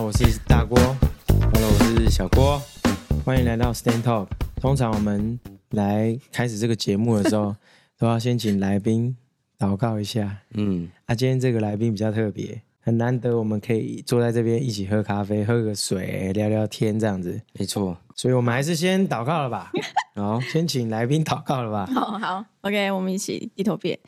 我是大郭。Hello，我是小郭。欢迎来到 Stand Talk。通常我们来开始这个节目的时候，都要先请来宾祷告一下。嗯，啊，今天这个来宾比较特别，很难得我们可以坐在这边一起喝咖啡、喝个水、聊聊天这样子，没 错。所以我们还是先祷告了吧。好，先请来宾祷告了吧。好好，OK，我们一起低头变。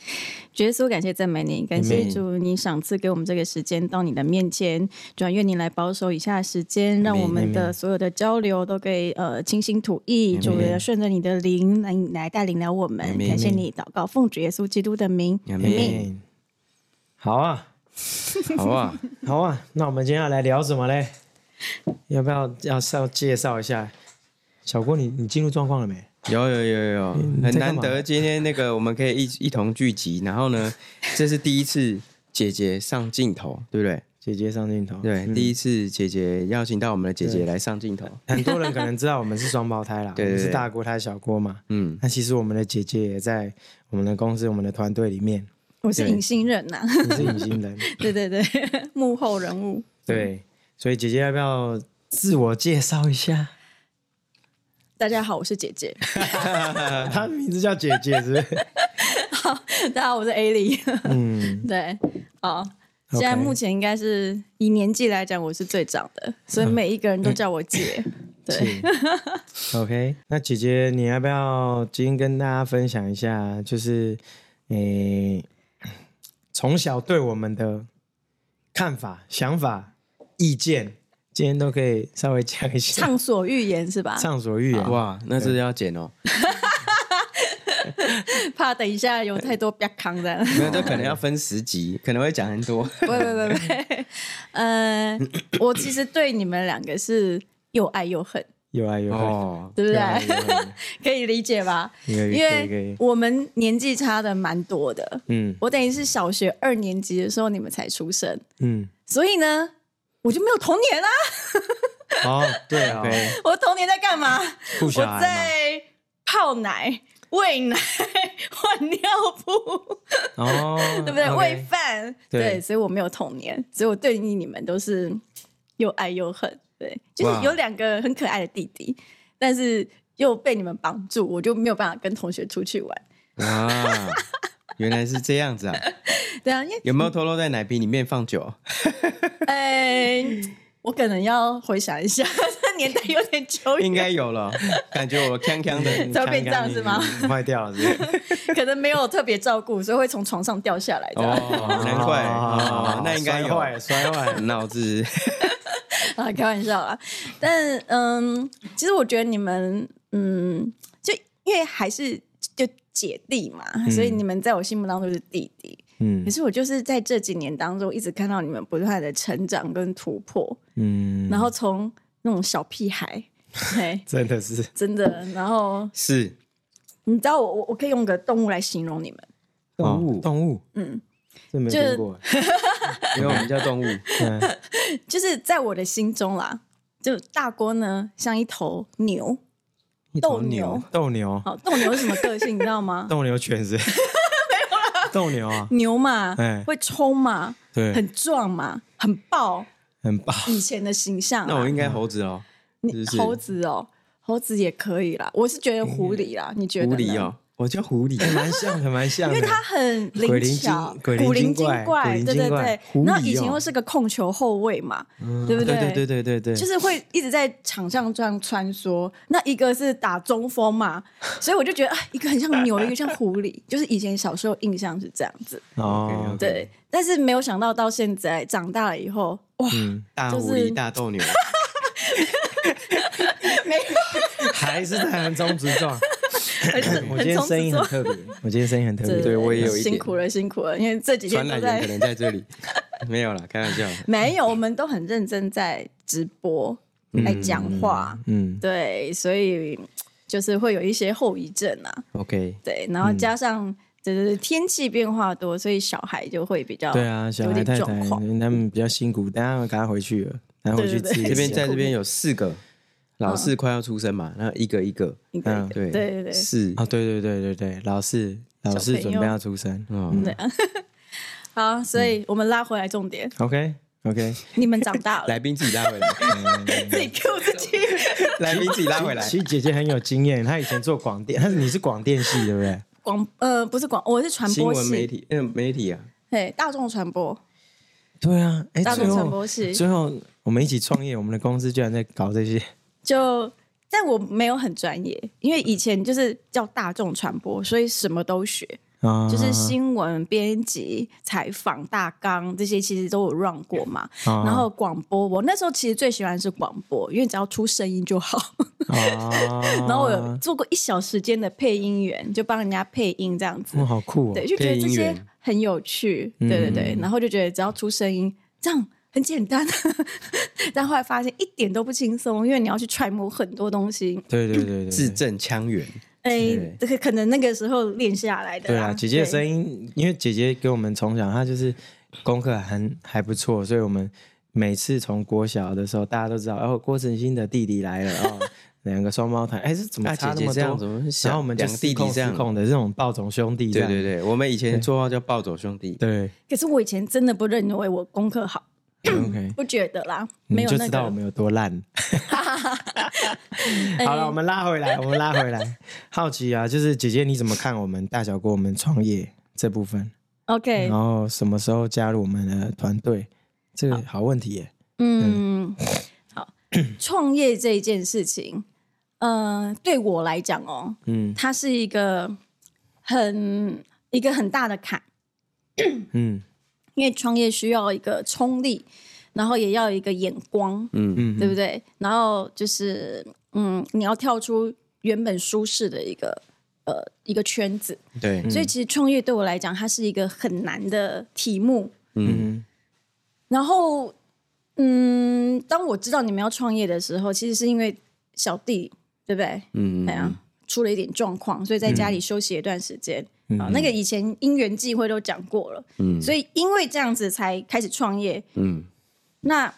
主耶稣，感谢赞美你，感谢 Amen 主，你赏赐给我们这个时间到你的面前，主啊，愿你来保守以下的时间，让我们 Amen 的所有的交流都可以呃倾心吐意，主也顺着你的灵来来带领了我们 Amen，感谢你祷告，奉主耶稣基督的名，阿妹， Amen 好啊，好啊， 好啊，那我们今天要来聊什么嘞？要不要要稍介绍一下？小郭你，你进入状况了没？有有有有， 在干很难嘛得今天那个我们可以一一同聚集，然后 呢，这是第一次姐姐上镜头，对不对？姐姐上镜头，对，嗯第一次姐姐邀请到我们的姐姐来上镜头，很多人可能知道我们是双胞胎啦， 对对我们是对大郭，他是小郭嘛。嗯，那其实我们的姐姐也在我们的公司、我们的团队里 面，我是隐形人呐、你是隐形人， 对对 对，幕后人物。对，所以姐姐要不要自我介绍一 下？大家好，我是姐姐。她名字叫姐姐，是不是？ 大家好，我是 A 莉。嗯， 对，好。现在目前应该是以年纪来讲，我是最长的，所以每一个人都叫我姐。嗯对，是 OK，那姐姐，你要不要今天跟大家分享一下，就是诶，从小对我们的看法、想法、意见，今天都可以稍微讲一下， 畅所欲言是吧？畅所欲言。嗯哇，那这要剪哦，怕等一下有太多啪康的。没有，这可能要分十集，可能会讲很 多。不不不不，呃，我其实对你们两个是又爱又恨，有啊有啊，哦，对不有啊对？可以理解吧？有啊有啊可以因可以可以为，我们年纪差的蛮多的，嗯我等于是小学二年级的时候你们才出生，嗯，所以呢，我就没有童年啊。哦对啊， OK，我童年在干嘛？顾小啊我孩在泡奶、喂奶、换尿布，嘛，哦， 嗯对不对？ OK 喂饭，对对，所以我没有童年，所以我对你你们都是又爱又恨，对，就哇是有两个很可爱的弟弟，但是又被你们绑住，我就没有办法跟同学出去玩，哇，原来是这样子啊，对啊，因为有没有透露在奶瓶里面放酒？ 哎、我可能要回想一下， 这年代有点久远，应该有了，感觉我锵锵 的。才会变这样是吗？你坏掉了是不是，可能没有特别照顾，所以会从床上掉下来的。哦， 难怪，哦那应该摔有坏了摔坏了，脑子， 啊，开玩笑啦。但嗯，其实我觉得你们嗯，就因为还是就姐弟嘛，所以你们在我心目当中是弟弟。嗯可是我就是在这几年当中，一直看到你们不断的成长跟突破，嗯，然后从那种小屁孩， 对，真的是真的，然后嗯是你知道我我我可以用个动物来形容你们，动物哦动物，嗯，这没有就听过，因为我们叫动 物，嗯就是在我的心中啦，就大锅呢像一头牛， 斗牛，斗牛，好，斗牛是什么个性你知道吗？ 斗牛犬 是没有啦，斗牛啊，牛嘛哎，会冲嘛，对，啊很很壮嘛，很爆，很棒，以前的形象那啊。我应该猴子哦，是你不是猴子哦，猴子也可以啦。我是觉得狐狸嗯啦，你觉得？狐狸，哦，我叫狐狸，蛮像的，蛮像的，因为它很灵巧，鬼灵精古灵鬼灵精怪怪，鬼灵对精对怪对狐狸哦。嗯然后以前又是个控球后卫嘛，对不对对对对。对对对，就是会一直在场上这样穿梭，那一个是打中锋 嘛，所以我就觉得啊，一个很像牛，一个像狐狸，就是以前小时候印象是这样子，哦，对。但是没有想到到现在长大了 以后，哇，大狐就狸，是大斗 牛，没还是在横冲直 撞。我今天声音很特别，我今天声音很特别，对我也有一点辛苦了，辛苦了，因为这几天传都染源可在能在这里，没有啦，开玩笑，没有，我们都很认真在直播来讲话，嗯，对，所以就是会有一些后遗症啊， OK，对，然后嗯加上就是天气变化多，所以小孩就会比较对啊，小有孩点太太状况，他们比较辛苦，等下赶快回去了，赶快回去对对吃对这一边下。在这边有四个老四快要出生嘛，那一个一个，嗯嗯一个一个对对对对是哦，对对对对对，老四老四准备要出生哦，嗯好，所以我们拉回来重点， ，OK， OK，你们长大了，来宾自己拉 回来，自己 Q 自己。 来宾自己拉回来其。实姐姐很有经验，她以前做广电，她是你是广电系对不对？广呃不是广，我是传新播闻媒系，体，嗯，媒体啊，对大众传播，对啊，哎，大最众传播后系最后我们一起创业，我们的公司居然在搞这些，就。但我没有很专业，因为以前就是叫大众传播，所以什么都学，嗯啊就是新闻编辑、采访大纲这些，其实都有 run 过嘛。嗯啊然后广播，我那时候其实最喜欢是广播，因为只要出声音就好。啊，嗯 然后我有做过一小时间的配音员，就帮人家配音这样子。哇，好酷哦对，，就觉得这配音些员嗯很有趣，对对对，然后就觉得只要出声音，这样很简单， 但后来发现一点都不轻松，因为你要去揣摩很多东西， 对对对对字对。正腔圆，哎对，这个可能那个时候练下来的对啦。啊，姐姐的声音，音，因为姐姐给我们从小，她就是功课还还不错，所以我们每次从国小的时候，大家都知道，哦，郭晨兴的弟弟来了，哦，两个双胞胎，哎，这怎么那差那姐啊姐么这样怎多？么会想？然后我们就两个弟失控弟这失样，控的这种暴走兄弟这对样，对对，我们以前绰号叫暴走兄弟，对可是我以前真的不认为我功课好， ，OK，不觉得啦，你没有嗯就那知道我个。们有多烂。哎好了，我们拉回来，我们拉回 来。好奇啊，就是姐姐你怎么看我们大小哥我们创业这部分？ OK，然后什么时候加入我们的团队？这个好问题耶。嗯， 好，创业这一件事情，呃，对我来讲哦，嗯它是一个很一个很大的坎。嗯因为创业需要一个冲力，然后也要有一个眼光，嗯，嗯，对不对？然后就是，嗯，你要跳出原本舒适的一个呃一个圈子，对，所以其实创业对我来讲，它是一个很难的题目。嗯，嗯然后，嗯，当我知道你们要创业的时候，其实是因为小弟，对不对？嗯，哎呀、出了一点状况，所以在家里休息了一段时间。啊，那个以前因缘际会都讲过了，嗯所以因为这样子才开始创业，嗯，那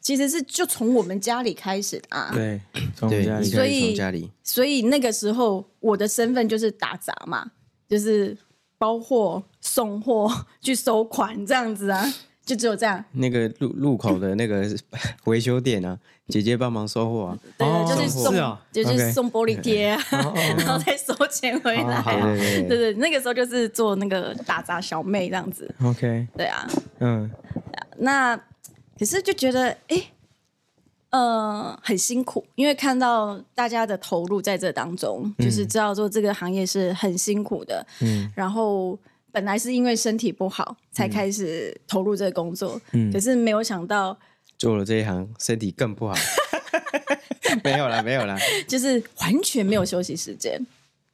其实是就从我们家里开始的啊。对，从我们对家，你里可所以以从家里，所以那个时候我的身份就是打杂嘛，就是包货、送货、去收款这样子啊，就只有这样。那个路路口的那个 维修店啊，姐姐帮忙收货啊，对，哦就是送，是哦就就是 OK 哦送玻璃贴啊， 然后再收钱回来哦好啊。对对对对，对，那个时候就是做那个打杂小妹这样子。 OK，对啊，嗯那可是就觉得，哎，呃，很辛苦，因为看到大家的投入在这当中，就是知道说这个行业是很辛苦的。嗯然后本来是因为身体不好才开始投入这个工作，嗯可是没有想到，做了这一行，身体更不好。 没有啦，没有啦，就是完全没有休息时间。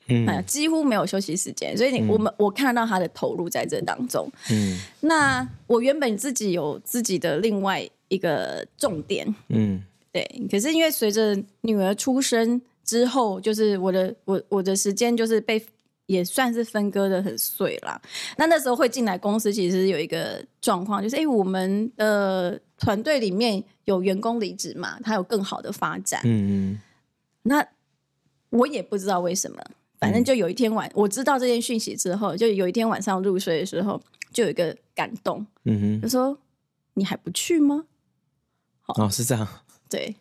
哎呀嗯几乎没有休息时间，所以你、我们我看得到他的投入在这当中。嗯那我原本自己有自己的另外一个重点，嗯对，可是因为随着女儿出生之后，就是我的我我的时间就是被也算是分割的很碎啦。那那时候会进来公司，其实有一个状况，就是哎、诶我们的团队里面有员工离职嘛，他有更好的发展。嗯那我也不知道为什么，反正就有一天晚，我知道这件讯息之后，就有一天晚上入睡的时候，就有一个感动，嗯就说你还不去吗？嗯，哦，是这样，对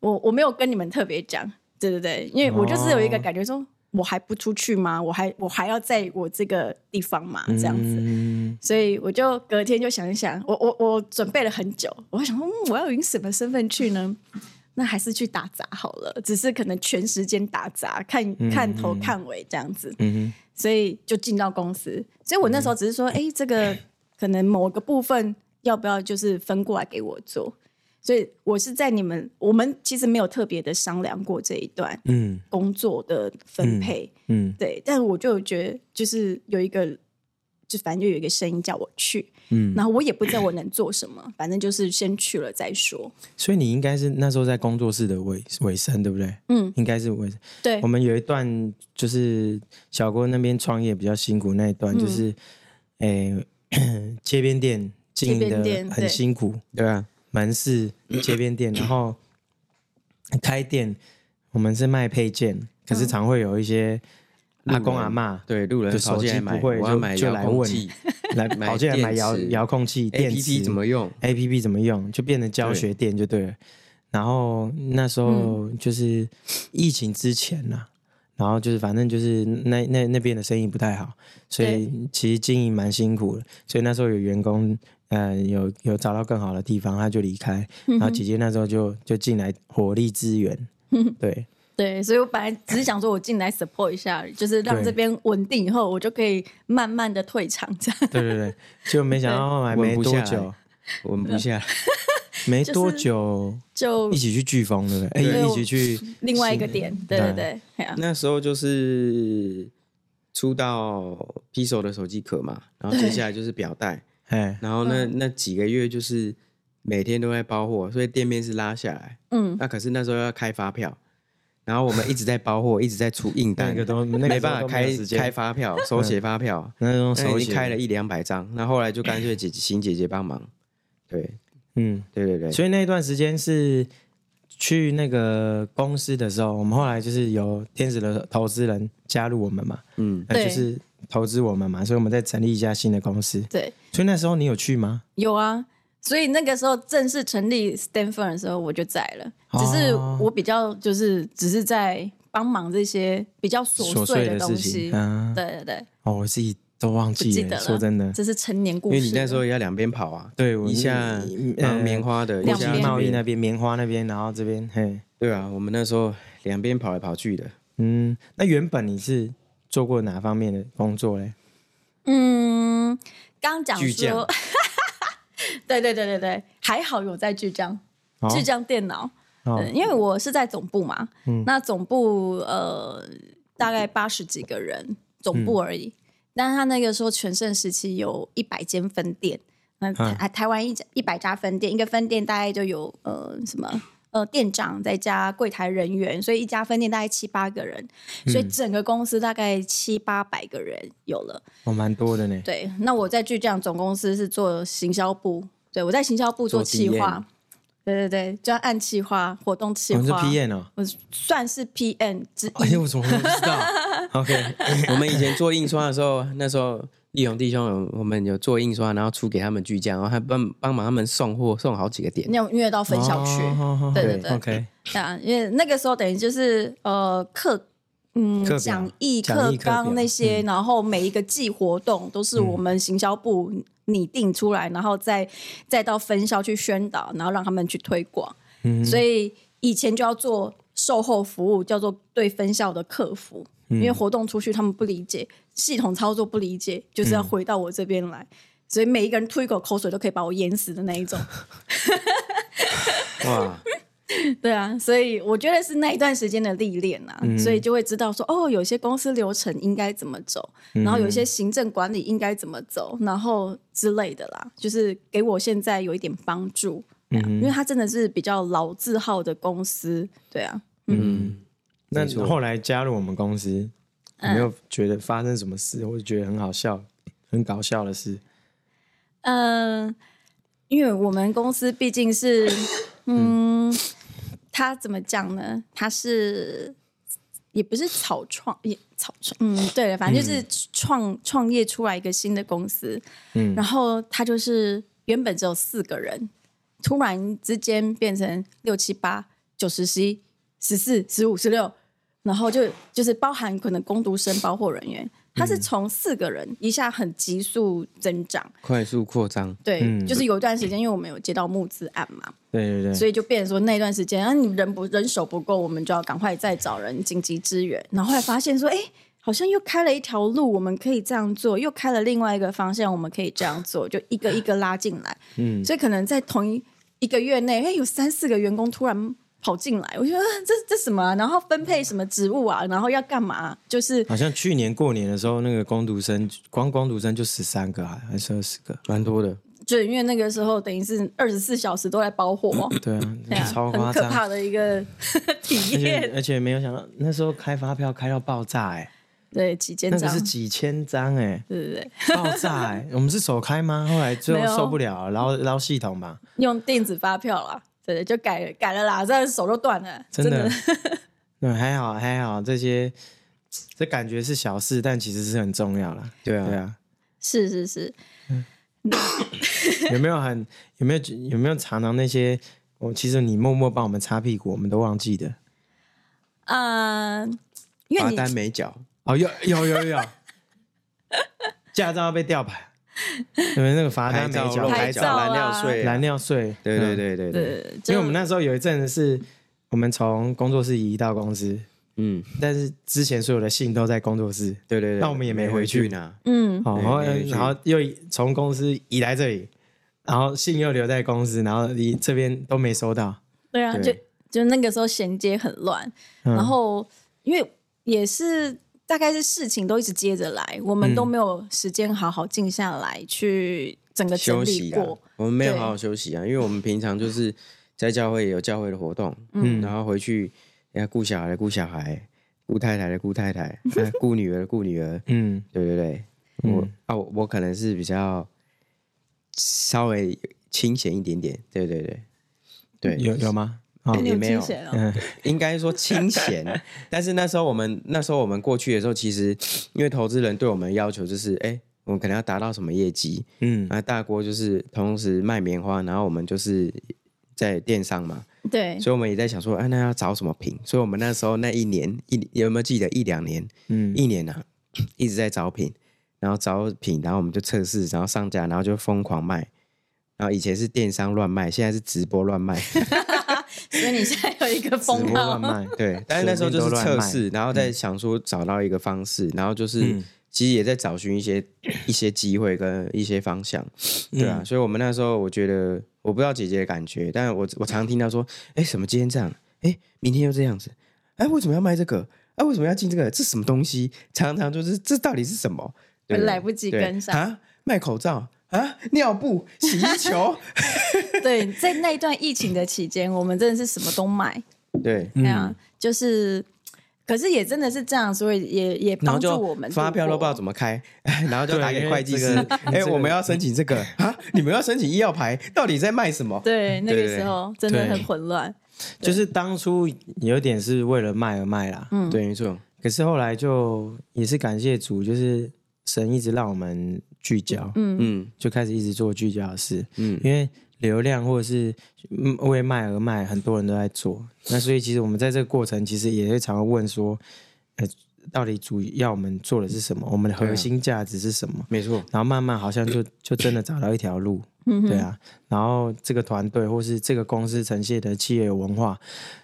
我我没有跟你们特别讲，对对对，因为我就是有一个感觉说，我还不出去吗？我还我还要在我这个地方吗？这样子。嗯所以我就隔天就想一想，我我我准备了很久，我还想说、嗯、我要以什么身份去呢？那还是去打杂好了，只是可能全时间打杂，看看头看尾这样子。嗯所以就进到公司。所以我那时候只是说，哎、这个可能某个部分要不要就是分过来给我做？所以我是在你们，我们其实没有特别的商量过这一段嗯工作的分配，嗯对。但我就觉得，就是有一个，就反正就有一个声音叫我去，嗯，然后我也不知道我能做什么， 反正就是先去了再说。所以你应该是那时候在工作室的尾尾声，对不对？嗯，应该是尾声。对我，们有一段就是小郭那边创业比较辛苦那一嗯段，就是诶 街边店经营街边店的很对辛苦，对啊，门市街边店，然后嗯开店，我们是卖配件，可是常会有一些阿公阿妈对路人对跑进来手机买，不会我要就买就遥来控问器来买跑进来买电遥池遥控 器、电池，APP 怎么 用？ A P P 怎么用，就变成教学店就对了。然后那时候就是疫情之前呐、然后就是反正就是那那那边的生意不太好，所以其实经营蛮辛苦的。所以那时候有员工，呃，有有找到更好的地方，他就离开。然后姐姐那时候就就进来火力支援，对对，所以我本来只是想说，我进来 support 一下，就是让对这边稳定以后，我就可以慢慢的退场这样。对对对，就没想到后来稳没不多下久来，闻啊不下，没就是多久就一起去飓风，对不对？哎，对一起去另外一个点，对对对，哎呀那时候就是出到 P 手的手机壳嘛，然后接下来就是表带， 哎，然后那、那几个月就是每天都在包货，所以店面是拉下来。嗯，那可是那时候要开发票，然后我们一直在包货，一直在出印单，那个都那个没时候办都法没有开时间开发票、手写发票，那种那手已经写开了一两百张。那后来就干脆姐姐邢姐姐帮忙，对嗯，对对对，所以那一段时间是去那个公司的时候，我们后来就是有天使的投资人加入我们嘛，嗯，那对就是投资我们嘛，所以我们再成立一家新的公司。对，所以那时候你有去吗？有啊。所以那个时候正式成立 Stanford 的时候，我就在了，只是哦我比较就是只是在帮忙这些比较琐琐碎碎的的东事西情，。嗯啊，对对对，哦，我自己都忘不记记了。得了。说真的，这是成年故因事。为你那时候也要两边跑啊，对我一下呃忙棉花的，一两国下际边贸易那的，边、棉花那边，然后这边，嘿，对啊，我们那时候两边跑来跑去的。嗯，那原本你是做过哪方面的工作嘞？嗯，刚讲巨匠说， 对对对对对，还好有在巨匠，哦巨匠电脑，哦嗯，因为我是在总部嘛，那总部呃大概八十几个人，总部而已。但是他那个时候全盛时期有一百间分店，那台、台湾一家一百家分店，一个分店大概就有呃什么呃店长再加柜台人员，所以一家分店大概七八个人，所以整个公司大概七八百个人有了。我蛮多的呢。对，那我在巨匠总公司是做行销部，对我在行销部做做 PM 企划，对对对，专案企划、活动企我们是划， PM 哦，我算是 PM 之哎一。呀，我怎么会不知 道？OK， 我们以前做印刷的时候，那时候立勇弟兄有我们有做印刷，然后出给他们巨匠，然后还帮帮忙他们送货，送好几个 点。那种虐到分校区，哦对对对，OK，对啊，因为那个时候等于就是呃课，嗯课表，讲义、讲课义课表嗯纲那些，然后每一个季活动都是我们行销部拟定出来，然后再再到分校去宣导，然后让他们去推广。嗯所以以前就要做售后服务，叫做对分校的客服。嗯因为活动出去，他们不理解系统操作，不理解，就是嗯要回到我这边来。所以每一个人吐一口口水都可以把我淹死的那一种。哇，对啊，所以我觉得是那一段时间的历练啊，所以就会知道说，哦，有些公司流程应该怎么走，然后有一些行政管理应该怎么走，然后之类的啦，就是给我现在有一点帮助，对啊因为它真的是比较老字号的公司，对啊，嗯，那没错后来加入我们公司，嗯有没有觉得发生什么事，或者觉得很好笑、很搞笑的事？嗯、因为我们公司毕竟 是，嗯，它怎么讲呢？它是也不是草创，也草创，嗯，对了，反正就是创、创业出来一个新的公司，嗯，然后它就是原本只有四个人，突然之间变成六七八九十十一十四十五十六，然后就就是包含可能工读生、包货人员。它是从四个人一下很急速增长，快速扩张，对，嗯就是有一段时间，因为我们有接到募资案嘛，对对对，所以就变成说那一段时间，啊，你人不人手不够，我们就要赶快再找人紧急支援。然后后来发现说，哎，好像又开了一条路，我们可以这样做，又开了另外一个方向，我们可以这样做，就一个一个拉进来。嗯，所以可能在同一一个月内，哎，有三四个员工突然。跑进来，我觉得啊这这什么啊、然后分配什么职务啊？然后要干嘛啊、就是好像去年过年的时候，那个工读生光工读生就十三个啊，还是二十个？蛮多的。就因为那个时候等于是二十四小时都在包货、对啊，对啊，超很夸可张。呃怕的 一个体而 且验。而且没有想到那时候开发票开到爆炸哎、对，几千那个张，是几千张哎、对对对，爆炸哎、我们是首开吗？后来最没有后受不了，然后然后系统吧，用电子发票啦，对对，就改改了啦，这手都断了， 真的，对，还好还好，这些这感觉是小事，但其实是很重要啦。对啊对啊，是是是，有没有很有没有有没有常常那些，我其实你默默帮我们擦屁股，我们都忘记的。呃，因罚为你单没缴，哦，有有有有，驾照要被吊牌，因为那个罚单拍没照缴漏，牌拍照照啊燃料税啊，燃料税。嗯对对对对对，呃，因就为我们那时候有一阵子是，我们从工作室移到公司，嗯，但是之前所有的信都在工作室，对对对，那我们也没没回去去拿，嗯，哦，对然后没回去然后又从公司移来这里，然后信又留在公司，然后离这边都没收到，对啊，对就就那个时候衔接很乱，嗯然后因为也是大概是事情都一直接着来，我嗯们都没有时间好好静下来去整个整休理息啊过，，我们没有对好好休息啊，因为我们平常就是在教会有教会的活动，嗯，然后回去要顾小孩的顾小孩，顾太太的顾太太，啊顾女儿的顾女儿，嗯，对对对，我啊我我可能是比较稍微清闲一点点，对对对对，有有吗？啊、对你有也没有清闲哦，嗯应该说清闲，但是那时候我们那时候我们过去的时候，其实因为投资人对我们的要求就是，哎、我们可能要达到什么业绩，嗯那大锅就是同时卖棉花，然后我们就是在电商嘛，嗯对，所以我们也在想说，哎、那要找什么品？所以我们那时候那一年一有没有记得一两年嗯，一年啊， 一直在找品，然后找品，然后我们就测试，然后上架，然后就疯狂卖。然后以前是电商乱卖，现在是直播乱卖，直所以你现在有一个 直封播号乱，卖， 对。但是那时候就随便是都测乱卖试，然后再想说找到一个方式，然后就是、嗯其实也在找寻一些一些机会跟一些方向。对嗯啊，所以我们那时候我觉得，我不知道姐姐的感觉，但我我常听到说，哎，什么今天这样，哎，明天又这样子，哎，为什么要卖这个？哎，为什么要进这个？这什么东西？常常就是这到底是什么？对对来不及对跟上啊！卖口罩啊，尿布、洗衣 球，对，在那一段疫情的期间，我们真的是什么都买，对，对啊，就是。可是也真的是这样，所以也也然后帮助就我们发票都不知道怎么么开， 然后就对打因给为会计这师个，哎，我们要申请 这个啊，你们要申请医药牌，到底在卖什么？对那个对时候真的对很混乱，就是当初有点是为了卖而卖啦，对，没错，可是后来就也是感谢主，就是神一直让我们聚焦，嗯就开始一直做聚焦的事，嗯，因为流量或者是嗯为卖而卖，很多人都在做。那所以其实我们在这个过程，其实也会常常问说，呃，到底主要我们做的是什么？我们的核心价值是什么？没错，然后慢慢好像 就就真的找到一条路，对啊。然后这个团队或是这个公司呈现的企业文化，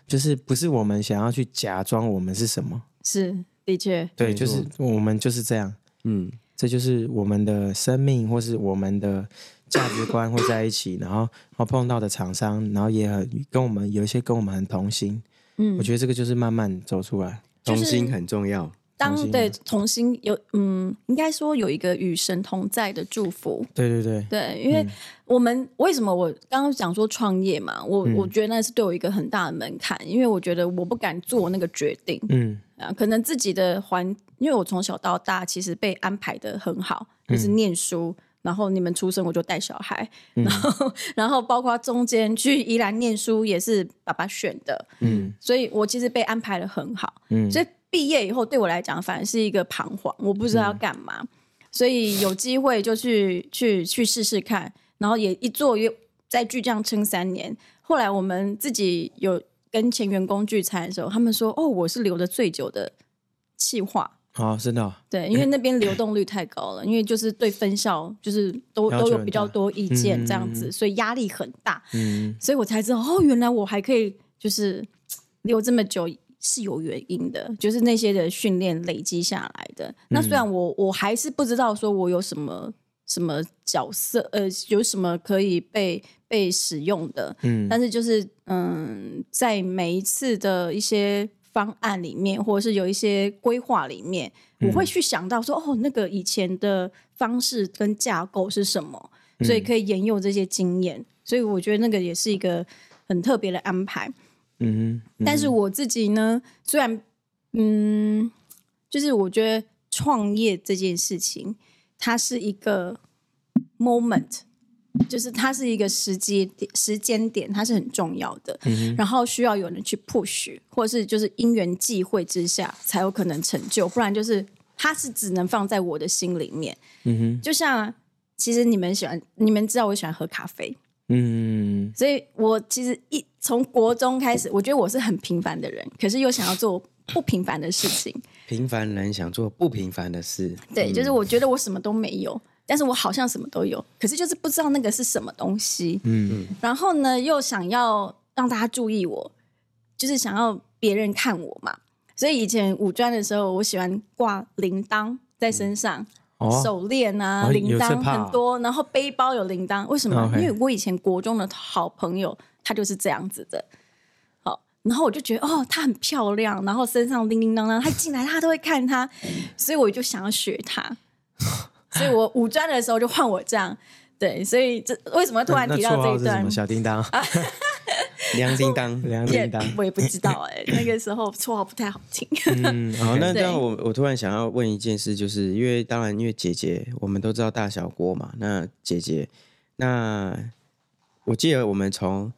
就是不是我们想要去假装我们是什么，是的确，对，没就错是我们就是这样，嗯，这就是我们的生命或是我们的价值观会在一起，然后然后碰到的厂商，然后也很跟我们有一些跟我们很同心，嗯我，觉得这个就是慢慢走出来，童就是心很重要。同心当啊对童心有嗯，应该说有一个与神同在的祝福。对对对，嗯对，因为我们、为什么我刚刚讲说创业嘛，我、嗯我觉得那是对我一个很大的门槛，因为我觉得我不敢做那个决定嗯啊，可能自己的环，因为我从小到大其实被安排的很好，嗯就是念书。然后你们出生我就带小孩，嗯然后 然后包括中间去宜兰念书也是爸爸选的，嗯所以我其实被安排的很好。嗯，所以毕业以后对我来讲反而是一个彷徨，我不知道要干嘛，嗯所以有机会就去去去试试看，然后也一做又在巨匠撑三年。后来我们自己有跟前员工聚餐的时候，他们说：“哦，我是留的最久的企划。”好，真的哦、对，因为那边流动率太高了，因为就是对分校就是都要求都有很比较大多意见这样嗯子，所以压力很大。嗯所以我才知道哦，原来我还可以就是留这么久是有原因的，就是那些的训练累积下来的。那嗯虽然我我还是不知道说我有什么什么角色，呃，有什么可以被被使用的，嗯但是就是嗯，在每一次的一些方案里面，或者是有一些规划里面，我会去想到说，哦，那个以前的方式跟架构是什么，所以可以沿用这些经验。所以我觉得那个也是一个很特别的安排。嗯哼但是我自己呢，虽然嗯，就是我觉得创业这件事情，它是一个 moment，就是它是一个时机点时间点，它是很重要的，然后需要有人去 push，或者是就是因缘际会之下才有可能成就，不然就是它是只能放在我的心里面。嗯哼，就像其实你们喜欢，你们知道我喜欢喝咖啡，嗯所以我其实一从国中开始，我觉得我是很平凡的人，可是又想要做不平凡的事情。平凡人想做不平凡的事，嗯对，就是我觉得我什么都没有，但是我好像什么都有，可是就是不知道那个是什么东西。嗯然后呢，又想要让大家注意我，就是想要别人看我嘛。所以以前五专的时候，我喜欢挂铃铛在身上，嗯哦，手链啊，哦铃有这铛怕啊很多，然后背包有铃铛，为什么？ OK 因为我以前国中的好朋友，她就是这样子的。好，然后我就觉得哦，她很漂亮，然后身上叮叮当当，她进来她都会看她，所以我就想要学她。所以我五专的时候就换我这样，对，所以这为什么突然那提绰到这号一是什段啊么？？小叮当，亮叮当。 梁也叮当。我也不知道哎、那个时候绰号不太好听。嗯，好，那那对但我我突然想要问一件事，就是因为当然因为姐姐，我们都知道大小锅嘛。那姐姐，那我记得我们从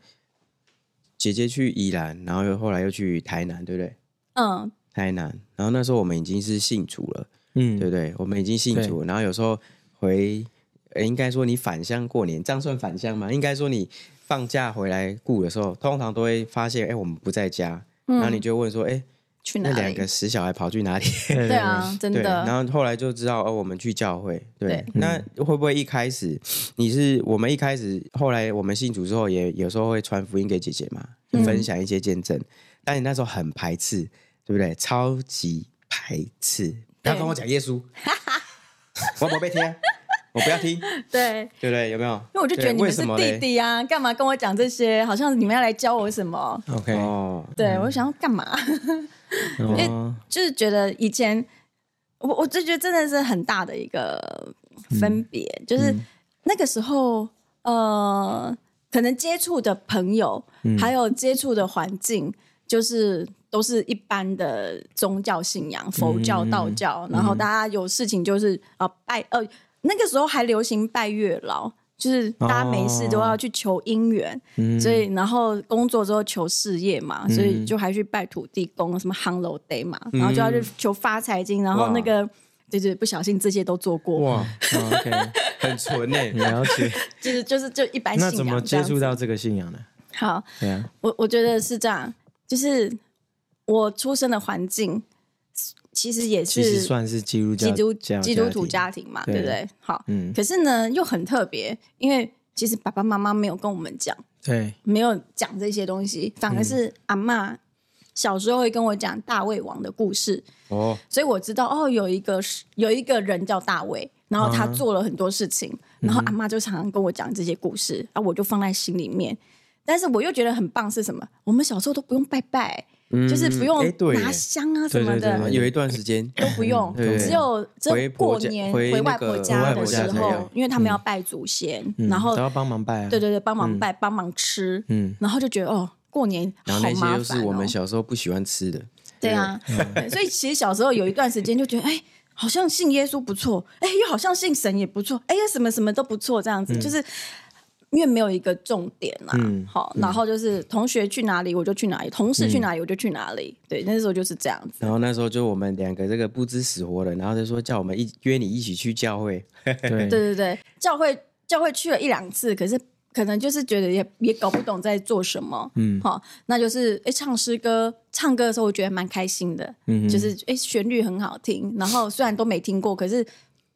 姐姐去宜兰，然后又后来又去台南，对不对？嗯，台南，然后那时候我们已经是信主了， 嗯，对不对？我们已经信主，然后有时候回，呃应该说你返乡过年，这样算返乡吗？应该说你放假回来顾的时候，通常都会发现，哎、我们不在家，然后你就问说，哎、去嗯哪那两里个？死小孩跑去哪里？对对，啊，真对，然的。后后来就知道哦，我们去教会。对，对那会不会一开始你是我们一开始，后来我们信主之后，也有时候会传福音给姐姐嘛，嗯分享一些见证。但你那时候很排斥，对不对？超级排斥，不要跟我讲耶 稣，我不被听，啊我不要听，对，对不对？有没有？因为我就觉得对你为们是什么弟嘞？弟啊，干嘛跟我讲这些？好像你们要来教我什么？ ，OK，哦，对我想要干嘛？哎哦，就是觉得以前我我就觉得真的是很大的一个分别，就是那个时候呃，可能接触的朋友、还有接触的环境，就是都是一般的宗教信仰，佛教、道教，然后大家有事情就是啊、呃拜呃，那个时候还流行拜月老。就是大家没事都要去求姻缘，嗯所以然后工作之后求事业嘛，所以就还去拜土地公，什么夯楼 day 嘛，嗯然后就要去求发财金，然后那个对对，不小心这些都做过，哇，哦 OK，很纯诶、 了解。就是就是就一般信那仰这怎样么子。接触到这个信仰呢？好，对啊，我我觉得是这样，就是我出生的环境其实也其实是算是基督基教督教基督徒庭家庭嘛，对对不对？好，嗯可是呢又很特别，因为其实爸爸妈妈没有跟我们讲，对，没有讲这些东西，反而嗯是阿嬷小时候会跟我讲大胃王的故事，哦，所以我知道哦，有一个是有一个人叫大卫，然后啊他做了很多事情，然后嗯阿妈就常常跟我讲这些故事，啊，我就放在心里面。但是我又觉得很棒是什么？我们小时候都不用拜拜，嗯就是不用诶嗯哎对耶拿香啊什对么对对的对，有一段时间都不用，对只有只有回过婆家年回回那外个婆外家婆的家嗯时才有候，因为他们要拜祖先，嗯然后都要帮忙拜啊。对对对，帮忙拜，帮忙吃，嗯然后就觉得哦，过年嗯然 好后那些麻又是烦我们哦。小时候不喜欢吃的，对啊，对所以其实小时候有一段时间就觉得，哎，好像信耶稣不错，哎，又好像信神也不错，哎呀，什么什么都不错，这嗯样子，就是因为没有一个重点啦、嗯好，然后就是同学去哪里我就去哪里，同事去嗯哪里我就去哪里，对，那时候就是这样子。然后那时候就我们两个这个不知死活的，然后就说叫我们一约你一起去教会，对对对对，教会教会去了一两次，可是可能就是觉得也也搞不懂在做什么，嗯，好、那就是哎唱诗歌，唱歌的时候我觉得蛮开心的，嗯，就是哎旋律很好听，然后虽然都没听过，可是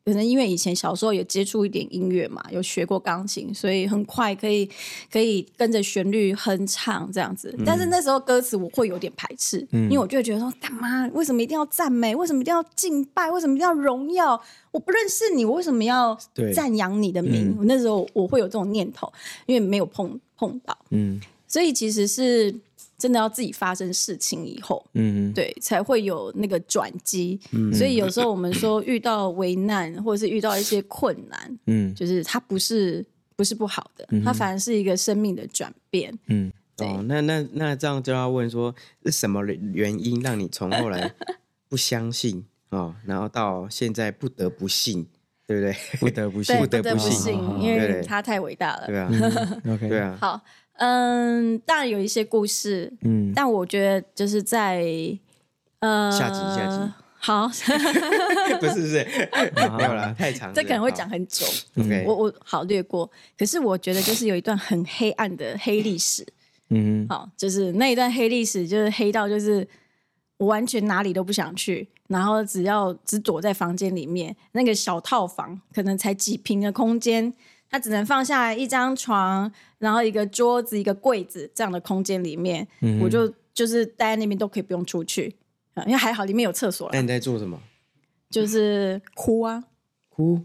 可能因为以前小时候有接触一点音乐嘛，有学过钢琴，所以很快可以可以跟着旋律哼唱这样子。但是那时候歌词我会有点排斥，因为我就会觉得说干嘛？为什么一定要赞美？为什么一定要敬拜？为什么一定要荣耀？我不认识你，我为什么要对赞扬你的名？我那时候我会有这种念头，因为没有碰碰到，嗯所以其实是真的要自己发生事情以后，嗯对，才会有那个转机。嗯所以有时候我们说遇到危难，或者是遇到一些困难，嗯就是它不是不是不好的，嗯它反而是一个生命的转变。嗯，对哦，那那那这样就要问说是什么原因 让你从后来不相信哦，然后到现在不得不信，对不对？不得不信对，，不得不不信信，因为他太伟大了。对啊，嗯 OK，对，啊，好，嗯，当然有一些故事，嗯，但我觉得就是在呃下集下集好，不是不是，没有啦，太长了， 这可能会讲好。很久， OK，我我好略过。可是我觉得就是有一段很黑暗的黑历史，嗯好，就是那一段黑历史，就是黑到就是我完全哪里都不想去，然后只要只躲在房间里面，那个小套房可能才几平的空间，它只能放下来一张床，然后一个桌子、一个柜子这样的空间里面，嗯哼我就就是待在那边都可以不用出去。啊因为还好里面有厕所啦那，你在做什么？就是哭啊，哭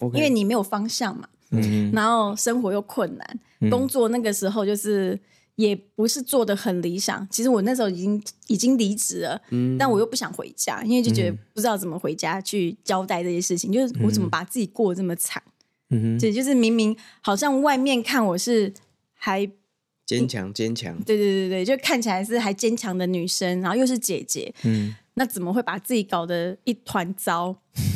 ，OK，因为你没有方向嘛，嗯然后生活又困难，工作那个时候就是也不是做的很理想。其实我那时候已经已经离职了，嗯但我又不想回家，因为就觉得不知道怎么回家去交代这些事情，就是我怎么把自己过得这么惨？嗯哼对，就是明明好像外面看我是还坚强坚强，对对对对，就看起来是还坚强的女生，然后又是姐姐，嗯，那怎么会把自己搞得一团糟？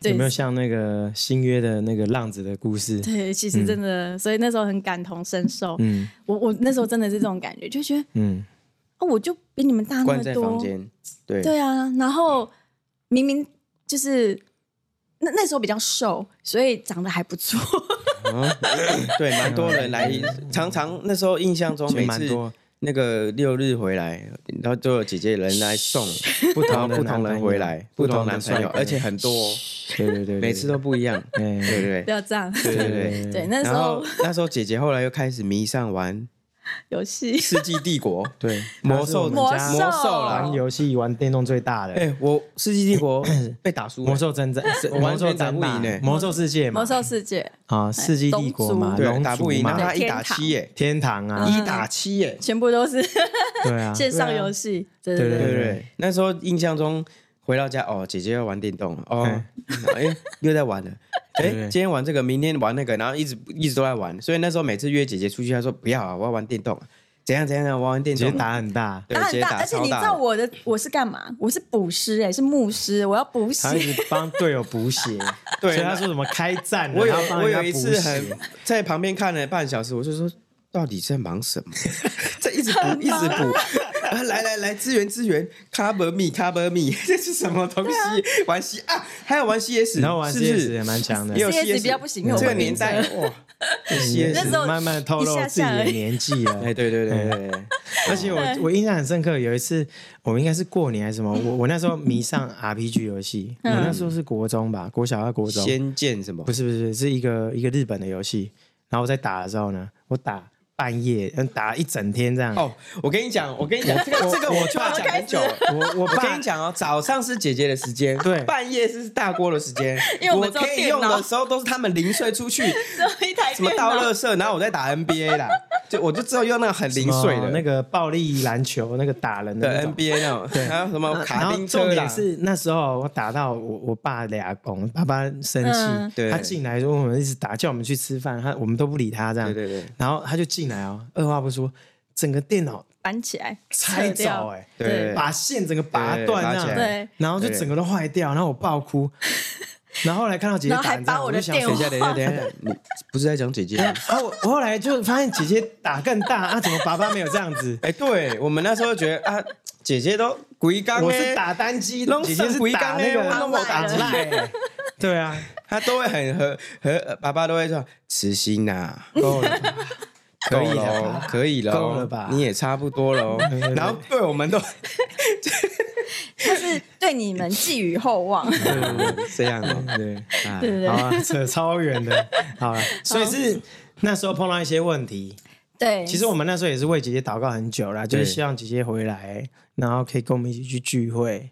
对有没有像那个新约的那个浪子的故事？对，其实真的，所以那时候很感同身受。嗯我我那时候真的是这种感觉，就觉得嗯哦，我就比你们大那关么在多房，间，对，对啊，然后明明就是那那时候比较瘦，所以长得还不错，啊对，蛮多人来，常常那时候印象中嗯其实每蛮次 多那个六日回来，然后都有姐姐人来送不 同的不男同朋人友回来，不不同同的男朋友，帅哥而且很多哦，对对对对，每次都不 一样，哎，对对不要这样。对对对对。啊对，那时然后候那时候姐姐后来又开始迷上玩游戏，《世纪帝国》对 魔兽他是我们家魔兽啦玩。游戏玩电动最大的哎、我《世纪帝国》 被打输了，魔兽征战，魔完兽全打争不霸赢欸，魔兽世界嘛，魔兽哎世界啊，世纪帝国嘛，龙对龙打族不赢，啊然嘛后，他一对打天堂七耶，天堂啊，嗯一打七耶，全部都是对啊，线上游戏，对对对对对对对，那时候印象中回到家哦，姐姐要玩电动了哦，哎又在玩了，哎对对今天玩这个，明天玩那个，然后一直一直都在玩，所以那时候每次约姐姐出去，她说不要啊，我要玩电动啊，怎样怎样，我要玩电直接 动，打很大，对打直很接大，打而且超你知大道的，我的我是干嘛？我是捕食，哎，是牧师，我要补习他。一直帮队友补血，对所以他说什么开战了，我有然后帮我人家有一补次血很在旁边看了半小时，我就说到底在忙什么？在一直补一直补。啊、来来来，支援支援，cover me，cover me，这 是什么东西？玩 C 啊，还有玩 CS，然后玩是不是 CS 也蛮强的也，有 CS CS 比较不行因为我这个们年代 哇，你那时候慢慢透露一下自己下的而已年纪了。 哎，对对对对对， 而且我我印象很深刻，有一次我们应该是过年还是什么，我我那时候迷上 RPG 游戏，我那时候是国中吧，国小到国中，仙剑什么不？是不是是一个一个日本的游戏，然后我在打的时候呢，我打半夜，嗯，打一整天这样。哦，我跟你讲，我跟你讲，这个这个我爸讲很久了。我我我爸跟你讲哦，早上是姐姐的时间，对半夜是大锅的时间，因为我我们只有可以电用的脑时候都是他们零碎出去，只有一台什么电倒脑垃，圾，然后我在打 NBA 啦，就我就知道用那个很零碎哦的那个暴力篮球那个打人的那的种。 NBA 那种，还有什么那啊然卡后丁重车啦点，是那时候我打到我我爸俩公，爸爸生气，嗯对他进来说我们一直打，叫我们去吃饭，他我们都不理他这样，对对对然后他就进来哦，二话不说，整个电脑搬起来拆扯掉走、哎，对对对把线整个拔对断拔这起样，来对然后就整个都坏掉，然后我爆 哭，然后后来看到姐姐然后打还这样，把我我的就想电等等一一下下，等一下，等一下，你不是在讲姐姐吗？啊，我我后来就发现姐姐打更大，啊，怎么爸爸没有这样子？哎，对我们那时候觉得啊，姐姐都鬼刚，哎欸我是，打单机，弄姐姐是上鬼打缸那欸个我弄我打打了赖，对啊，她都会很和和爸爸都会说慈心呐。够了吧，可以嗯够了喽吧，可以喽，够了吧你也差不多喽。然后对我们都就是对你们寄予厚 望。这样哦，对。哎对对对好啊，扯超远的，好了，所以是那时候碰到一些问题。对，其实我们那时候也是为姐姐祷告很久啦，就是希望姐姐回来，然后可以跟我们一起去聚会。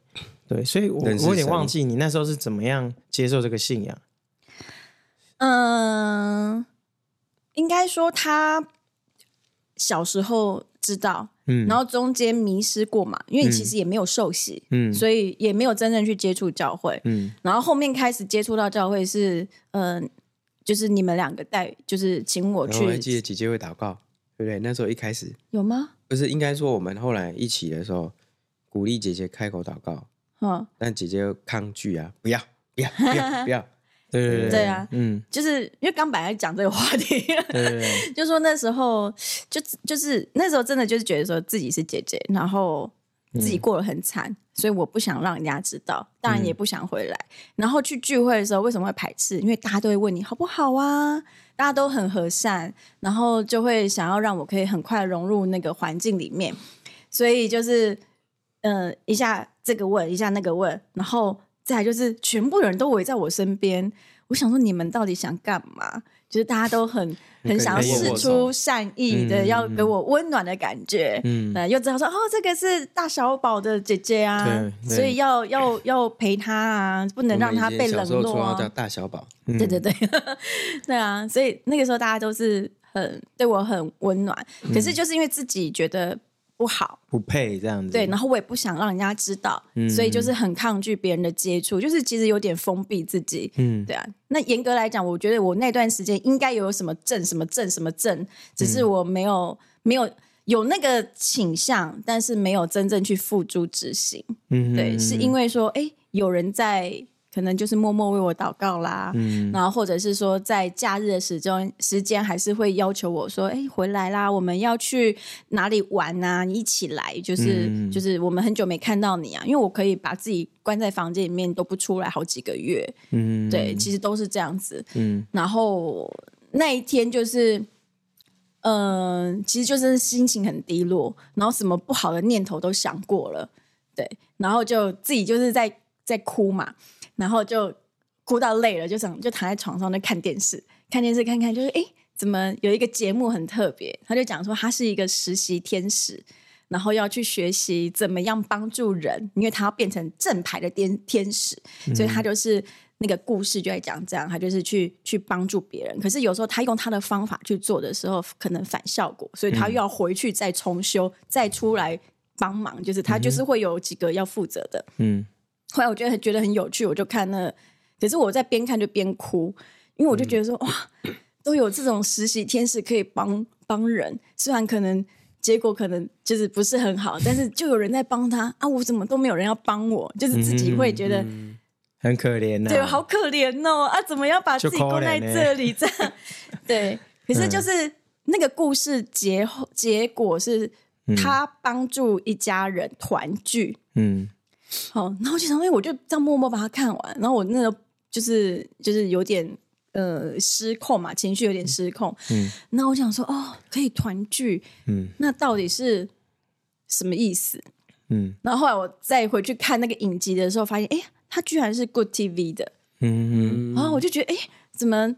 对，所以我认识我有点神忘记你那时候是怎么样接受这个信仰。嗯，应该说他小时候知道，嗯然后中间迷失过嘛，因为其实也没有受洗，嗯所以也没有真正去接触教会。嗯然后后面开始接触到教会是，嗯、就是你们两个带，就是请哦我然后我还记去，得姐姐会祷告，对不对？那时候一开始有吗？不是应该说我们后来一起的时候，鼓励姐姐开口祷告，嗯，但姐姐抗拒啊，不要不要不要不要，对对对啊嗯，就是因为刚本来讲这个话题，对对对， 就说那时候就就是那时候真的就是觉得说自己是姐姐，然后嗯自己过得很惨，所以我不想让人家知道，嗯当然也不想回来。然后去聚会的时候为什么会排斥？因为大家都会问你好不好啊，大家都很和善，然后就会想要让我可以很快融入那个环境里面，所以就是呃一下这个问一下那个问，然后再来就是全部人都围在我身边，我想说你们到底想干嘛？就是大家都很很想要可以试握出手善意的，嗯要嗯给我温暖的感觉。嗯，呃，又知道说哦，这个是大小宝的姐姐啊，对对所以要要要陪她啊，不能让她我被们以前小冷时候落绰号叫啊。 大小宝，嗯对对对，对啊，所以那个时候大家都是很对我很温暖，可是就是因为自己觉得不好，不配这样子，对，然后我也不想让人家知道，嗯所以就是很抗拒别人的接触，就是其实有点封闭自己。嗯，对啊，那严格来讲，我觉得我那段时间应该有什么症、什么症、什么症，只嗯是我没有、没有有那个倾向，但是没有真正去付诸执行。嗯，对，是因为为说，哎，有人在，可能就是默默为我祷告啦，嗯然后或者是说在假日的时间时间，还是会要求我说，哎，回来啦，我们要去哪里玩啊？你一起来，就是、嗯就是我们很久没看到你啊，因为我可以把自己关在房间里面都不出来好几个月，嗯对，其实都是这样子。嗯然后那一天就是，嗯、其实就是心情很低落，然后什么不好的念头都想过了，对，然后就自己就是在在哭嘛，然后就哭到累了，就想就躺在床上就看电视，看电视看看，就是诶，怎么有一个节目很特别？他就讲说他是一个实习天使。然后要去学习怎么样帮助人，因为他要变成正牌的天天使，所以他就是那个故事就在讲这样，他就是去去帮助别人。可是有时候他用他的方法去做的时候，可能反效果，所以他又要回去再重修，再出来帮忙，就是他就是会有几个要负责的。嗯后来我觉得很觉得很有趣，我就看那，可是我在边看就边哭，因为我就觉得说、哇，都有这种实习天使可以帮帮人，虽然可能结果可能就是不是很好，但是就有人在帮他啊，我怎么都没有人要帮我，就是自己会觉得、很可怜呐，对，好可怜哦啊，怎么要把自己啊就可关在怜欸这里这样？ 对，可是就是、那个故事结后结果是他帮助一家人团聚。嗯好，然后我就想，哎，我就这样默默把它看完。然后我那时候就是就是有点呃失控嘛，情绪有点失控。嗯嗯，那我想说，哦，可以团聚，嗯那到底是什么意思？嗯然后后来我再回去看那个影集的时候，发现，哎，它居然是 Good TV 的。嗯嗯然后我就觉得，哎，怎么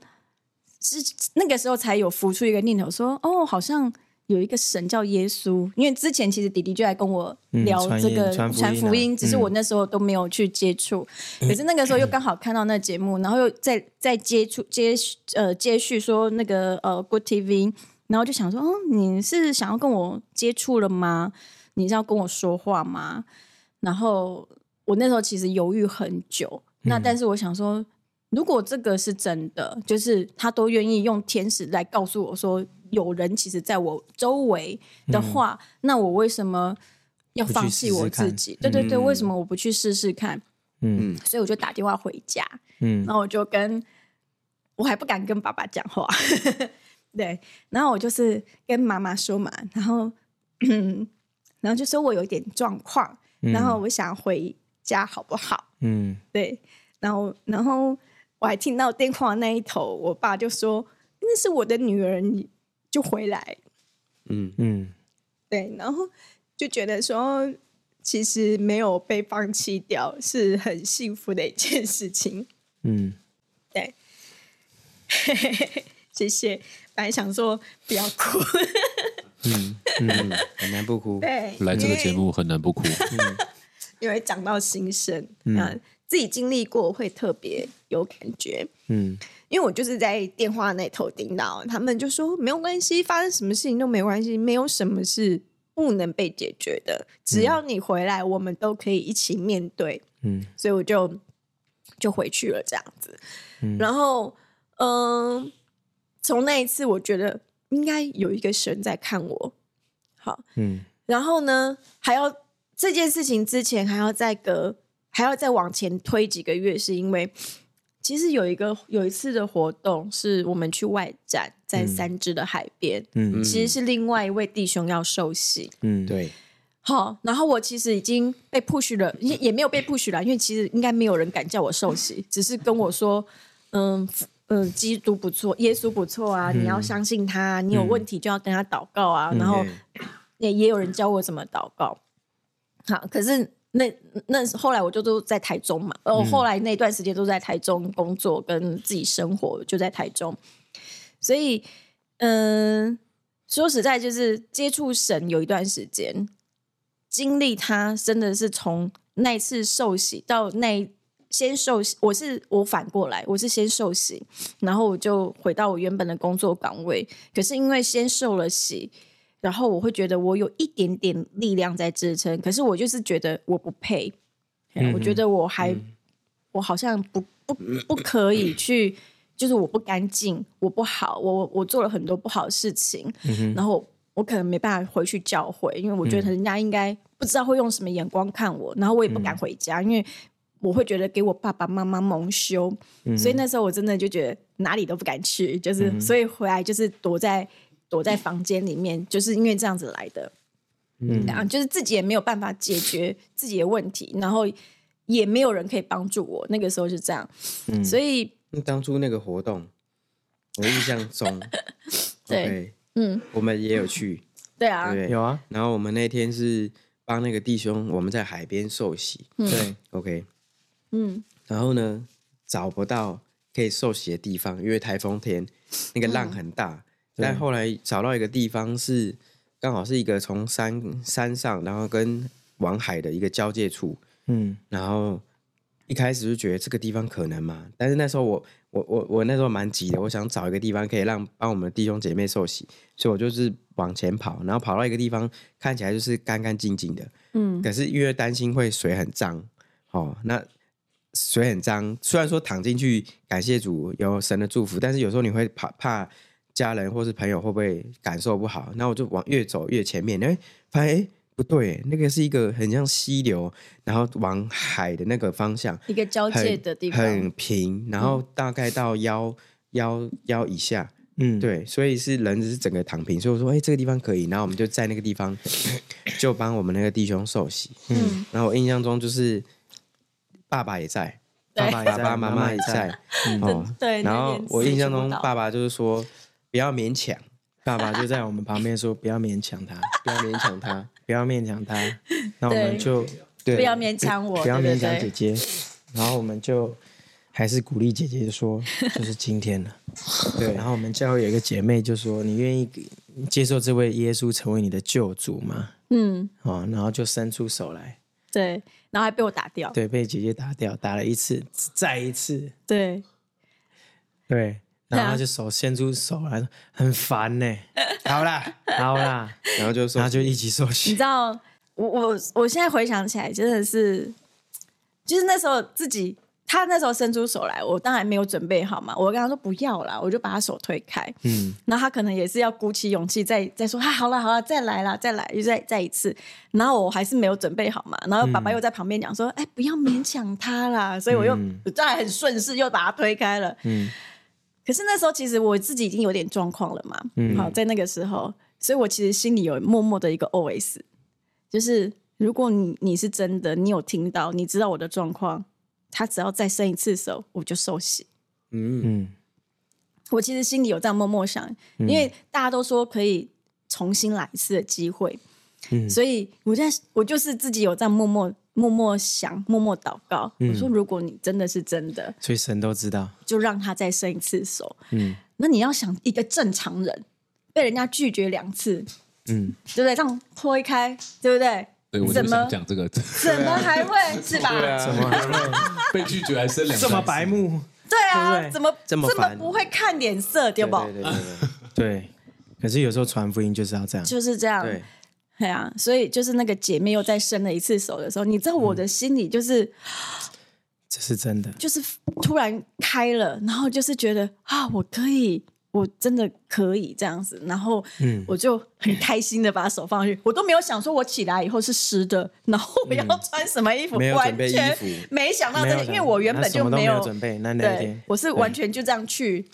是那个时候才有浮出一个念头说，哦，好像有一个神叫耶稣。因为之前其实迪迪就来跟我聊嗯传这音个传福音啊嗯福音，只是我那时候都没有去接触。可是那个时候又刚好看到那节目，然后又再再接触接呃接续说那个呃 Good TV，然后就想说，哦，你是想要跟我接触了吗？你是要跟我说话吗？然后我那时候其实犹豫很久，那嗯但是我想说，如果这个是真的，就是他都愿意用天使来告诉我说，有人其实在我周围嗯的话，那我为什么要放弃我自己？对对对，嗯为什么我不去试试看？嗯所以我就打电话回家，嗯然后我就跟我还不敢跟爸爸讲话， 对，然后我就是跟妈妈说嘛，然后 然后就说我有一点状况，然后我想回家好不好？ 嗯对，然后然后我还听到电话那一头，我爸就说那是我的女儿，你就回来。嗯，嗯对，然后就觉得说其实没有被放弃掉是很幸福的一件事情。 嗯对，谢谢。本来想说不要哭， 嗯，很难不哭。对，来这个因为节目很 难不哭，因为讲到心声，嗯、自己经历过会特别有感觉。嗯因为我就是在电话那头听到，他们就说没有关系，发生什么事情都没关系，没有什么是不能被解决的，只要你回来，我们都可以一起面对。嗯所以我就就回去了这样子。然后，嗯、从那一次，我觉得应该有一个神在看我。好，嗯然后呢，还要这件事情之前还要再隔，还要再往前推几个月，是因为其实有一个有一次的活动是我们去外展，在三芝的海边，嗯其实是另外一位弟兄要受洗。嗯，对，好，然后我其实已经被 push 了，也也没有被 push 了，因为其实应该没有人敢叫我受洗，只是跟我说，嗯嗯，基督不错，耶稣不错啊，你要相信他，你有问题就要跟他祷告啊，嗯然后也也有人教我怎么祷告。好，可是那那后来我就都在台中嘛，呃，后来那段时间都在台中工作跟自己生活，就在台中，所以嗯、说实在就是接触神有一段时间，经历他真的是从那一次受洗到那一先受洗，我是我反过来，我是先受洗，然后我就回到我原本的工作岗位。可是因为先受了洗，然后我会觉得我有一点点力量在支撑，可是我就是觉得我不配，嗯我觉得我还、我好像不不不可以去。就是我不干净，我不好，我我做了很多不好的事情，然后我可能没办法回去教会，因为我觉得人家应该不知道会用什么眼光看我，然后我也不敢回家，因为我会觉得给我爸爸妈妈蒙羞，嗯所以那时候我真的就觉得哪里都不敢去，就是、所以回来就是躲在躲在房间里面，就是因为这样子来的，嗯然后就是自己也没有办法解决自己的问题，然后也没有人可以帮助我，那个时候是这样，所以，嗯当初那个活动，我印象中 对 OK，嗯，我们也有去，对对啊，不对？有啊，然后我们那天是帮那个弟兄，我们在海边受洗对， ，OK。嗯，然后呢，找不到可以受洗的地方，因为台风天那个嗯浪很大。但后来找到一个地方是刚好是一个从山山上，然后跟往海的一个交界处。嗯然后一开始就觉得这个地方可能嘛，但是那时候我我我我那时候蛮急的，我想找一个地方可以让帮我们的弟兄姐妹受洗，所以我就是往前跑，然后跑到一个地方看起来就是干干净净的，嗯，可是因为担心会水很脏，哦，那水很脏，虽然说躺进去感谢主有神的祝福，但是有时候你会怕怕。家人或是朋友会不会感受不好？那我就往越走越前面，哎，发现哎不对，那个是一个很像溪流，然后往海的那个方向，一个交界的地很方，嗯平，然后大概到腰、腰腰以下，嗯，对，所以是人是整个躺平，所以我说，哎、这个地方可以，然后我们就在那个地方 就帮我们那个弟兄受洗，嗯，然后我印象中就是爸爸也在，对爸爸也爸在，爸妈妈也也在，对嗯对哦然那后边我自己印象做不中到爸爸就是说不要勉强，爸爸就在我们旁边说：“不要勉强他，不要勉强他，不要勉强他。”那我们对就对，不要 勉强我，不要对勉对强对姐姐，然后我们就还是鼓励姐姐说：“就是今天了。”对然后我们教会有一个姐妹就说：“你愿意接受这位耶稣成为你的救主吗嗯，？”哦，然后就伸出手来，对，然后还被我打掉，对，被姐姐打掉，打了一次，再一次，对，对，对啊然后她就手伸出手来，说很烦呢、好啦，好 啦，然后就然说后就一起受你洗知。道，我我我现在回想起来，真的是，就是那时候自己，他那时候伸出手来，我当然没有准备好嘛，我跟他说不要啦，我就把他手推开，嗯，然后他可能也是要鼓起勇气再再说，啊，好了好了，再来啦，再来，又再再一次。然后我还是没有准备好嘛，然后爸爸又在旁边讲说，哎、不要勉强他啦。所以我又、我当然很顺势又把他推开了。嗯可是那时候其实我自己已经有点状况了嘛，好，在那个时候，所以我其实心里有默默的一个 OS，就是如果你你是真的，你有听到，你知道我的状况，他只要再伸一次手，我就受洗。嗯，嗯我其实心里有这样默默想，因为大家都说可以重新来一次的机会，嗯所以我在我就是自己有这样默默默默想、默默祷告。我说，如果你真的是真的，所以神都知道。就让他再伸一次手。嗯那你要想一个正常人被人家拒绝两次，嗯，对不对？这样推开，对不对？对，我怎就么想讲 这个，怎么还会是吧？啊对啊，被拒绝还生两这么白目，对啊对不对怎么这么这么烦不会看脸色，对对不？对对对对。可是有时候传福音就是要这样。就是这样。对，对啊，所以就是那个姐妹又再伸了一次手的时候，你知道我嗯的心里就是、这是真的。就是突然开了，然后就是觉得啊，我可以，我真的可以这样子，然后嗯我就很开心的把手放上去，我都没有想说我起来以后是湿的，然后我嗯要穿什么衣服，没有准完备衣全服没想到没这有个，的啊因为我原他本什就么都没有准备那那一对天，，我是完全就这样去，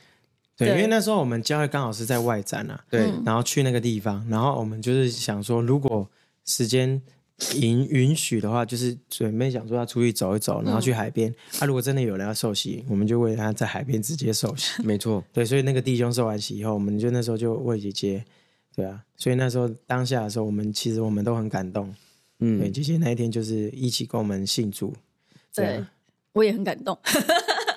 对，因对嗯为那时候我们教会刚好是在外展啊，对，然后去那个地方，然后我们就是想说，如果时间允允许的话，就是准备想说要出去走一嗯走，然后去海边。啊，如果真的有人要受洗，我们就为了他在海边直接受嗯洗。没错，对，所以那个弟兄受完洗以后，我们就那时候就为姐姐，对啊，所以那时候当下的时候，我们其实我们都很感动。嗯，对，姐姐那一天就是一起跟我们信主，对对我也很感动。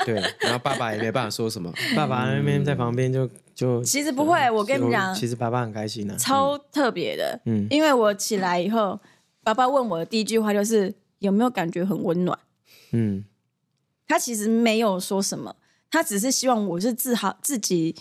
对，然后爸爸也没办法说什么，爸爸那边在旁边就就，嗯其实不会，我跟你们讲，其实爸爸很开心的、啊超特别的，嗯因为我起来以后，爸爸问我的第一句话就是有没有感觉很温暖。嗯，他其实没有说什么，他只是希望我是自好自己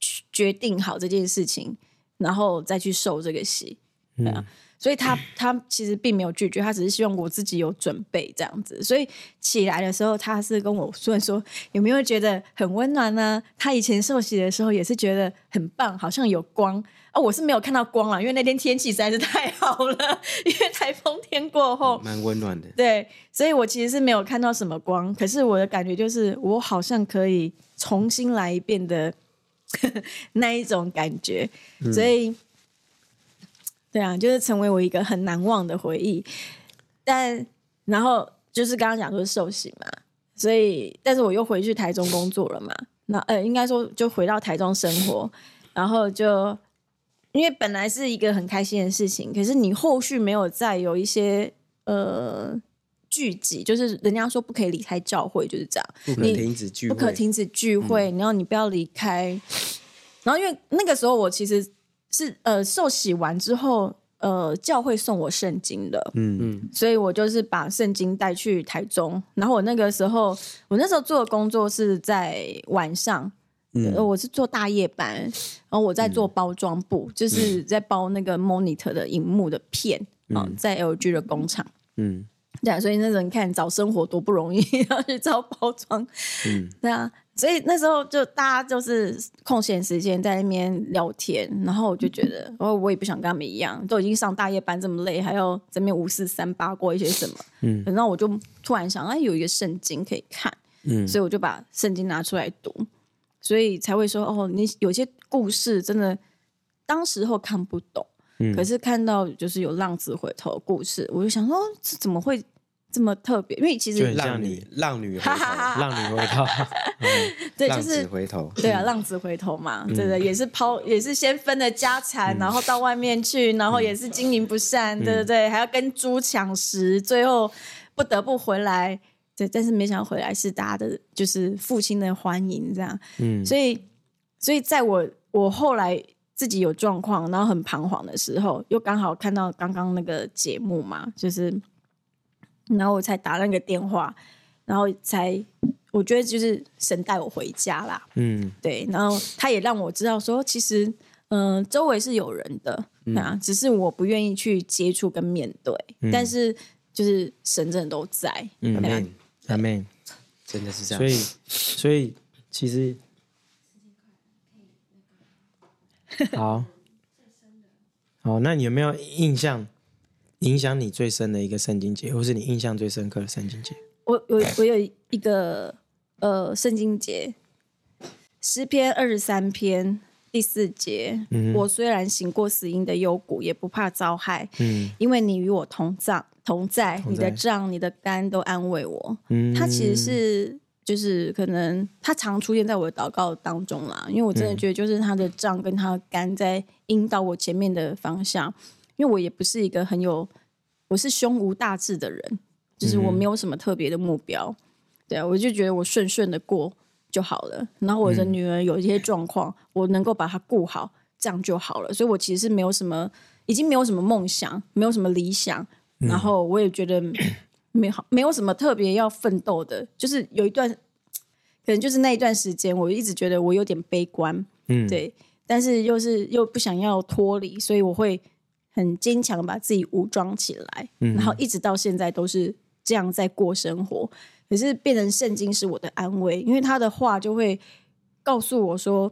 决决定好这件事情，然后再去受这个洗。对啊，所以他他其实并没有拒绝，他只是希望我自己有准备这样子。所以起来的时候，他是跟我问说有没有觉得很温暖呢、他以前受洗的时候也是觉得很棒，好像有光啊、我是没有看到光了，因为那天天气实在是太好了， 因为台风天过后，蛮温暖的。对，所以我其实是没有看到什么光，可是我的感觉就是，我好像可以重新来一遍的 那一种感觉，所以，对啊，就是成为我一个很难忘的回忆。但然后就是刚刚讲说受洗嘛，所以但是我又回去台中工作了嘛，那呃应该说就回到台中生活，然后就因为本来是一个很开心的事情，可是你后续没有再有一些呃聚集，就是人家说不可以离开教会，就是这样，不可你停止聚不会，可停止聚会，然后你不要离开。然后因为那个时候我其实是呃受洗完之后，呃教会送我圣经的，嗯所以我就是把圣经带去台中。然后我那个时候，我那时候做的工作是在晚上，呃我是做大夜班，然后我在做包装部，就是在包那个 monitor 的荧幕的片啊、哦在 LG 的工厂。嗯对啊，所以那时候你看找生活多不容易， 要去找包装，嗯，对啊，所以那时候就大家就是空闲时间在那边聊天，然后我就觉得，哦，我也不想跟他们一样，都已经上大夜班这么累，还要这边五四三八过一些什么，嗯，然后我就突然想，哎，有一个圣经可以看，嗯，所以我就把圣经拿出来读，所以才会说，哦，你有些故事真的当时候看不懂。可是看到就是有浪子回头的故事，我就想说，哦这怎么会这么特别？因为其就很实像浪你女，浪女回啊头，让你回到对，就浪是子回头，嗯对啊，浪子回头嘛，对对，也是抛，也是先分了家产，然后到外面去，然后也是经营不善，对对对，还要跟猪抢食，最后不得不回来。对，但是没想到回来是大家的，就是父亲的欢迎这样。嗯，所以，所以在我我后来自己有状况，然后很彷徨的时候，又刚好看到刚刚那个节目嘛，就是，然后我才打那个电话，然后才我觉得就是神带我回家啦。嗯对，然后他也让我知道说，其实嗯、呃周围是有人的，啊，只是我不愿意去接触跟面对，但是就是神真的都在，嗯对啊，amen amen。真的是这样。所以，所以其 实好，好，那你有没有印象影响你最深的一个圣经节，或是你印象最深刻的圣经节？我我我有一个呃圣经节，诗篇二十三篇第四节，我虽然行过死荫的幽谷，也不怕遭害，嗯因为你与我同葬同在，同在你的杖、你的肝都安慰我。嗯，它其实是就是可能它常出现在我的祷告当中啦，因为我真嗯的觉得就是它的杖跟它的肝在引导我前面的方向，因为我也不是一个很有我是胸无大志的人，就是我没有什么特别的目标，对啊，我就觉得我顺顺的过就好了。然后我的女儿有一些状况，我能够把她顾好，这样就好了。所以我其实是没有什么，已经没有什么梦想，没有什么理想，然后我也觉得没好，没有什么特别要奋斗的，就是有一段，可能就是那一段时间，我一直觉得我有点悲观，嗯对，但是又是又不想要脱离，所以我会很坚强地把自己武装起来，然后一直到现在都是这样在过生活。可是变成圣经是我的安慰，因为他的话就会告诉我说，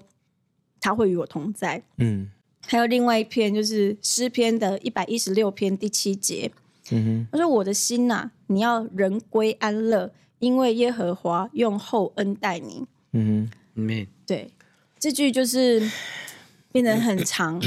他会与我同在。嗯还有另外一篇就是诗篇的一百一十六篇第七节，嗯他说：“我的心呐、你要人归安乐，因为耶和华用厚恩待你。哼嗯哼，嗯，”对，这句就是变得很长，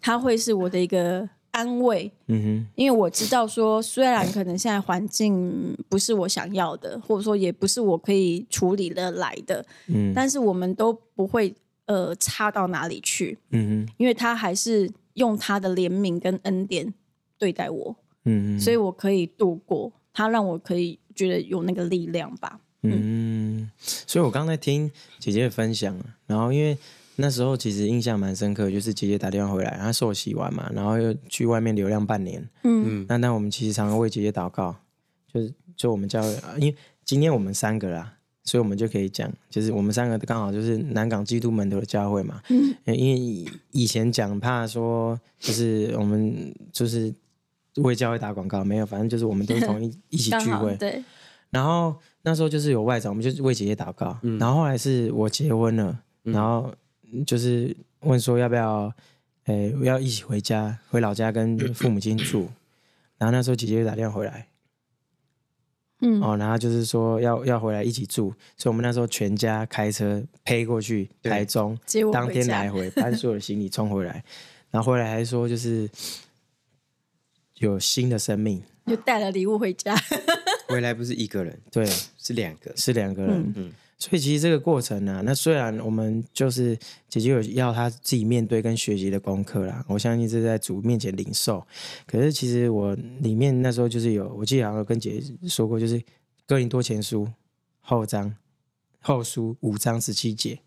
它会是我的一个安慰，嗯哼，因为我知道说，虽然可能现在环境不是我想要的，或者说也不是我可以处理的来的，嗯但是我们都不会呃差到哪里去，嗯哼，因为他还是用他的怜悯跟恩典对待我，嗯哼，所以我可以度过，他让我可以觉得有那个力量吧。嗯，所以我刚才听姐姐的分享啊，然后因为那时候其实印象蛮深刻，就是姐姐打电话回来，她受洗完嘛，然后又去外面流浪半年。嗯那那我们其实常常为姐姐祷告，就是就我们教会，啊因为今天我们三个啦，所以我们就可以讲，就是我们三个刚好就是南港基督门徒的教会嘛。嗯，因为以以前讲怕说就是我们就是为教会打广告，没有，反正就是我们都是同一一起刚聚好会。对，然后那时候就是有外长，我们就是为姐姐祷告。然后后来是我结婚了，然后就是问说要不要，诶、要一起回家，回老家跟父母亲住。然后那时候姐姐就打电话回来，嗯哦，然后就是说要要回来一起住，所以我们那时候全家开车飞过去对台中接我，回当天家来回搬所有的行李冲回来，然后回来还说就是有新的生命，就带了礼物回家。回来不是一个人，对。啊是两个。是两个人。嗯所以其实这个过程呢、啊，那虽然我们就是姐姐有要她自己面对跟学习的功课啦，我相信这是在主面前领受。可是其实我里面那时候就是有，我记得好像有跟姐姐说过，就是哥林多前书后章后书五章十七节，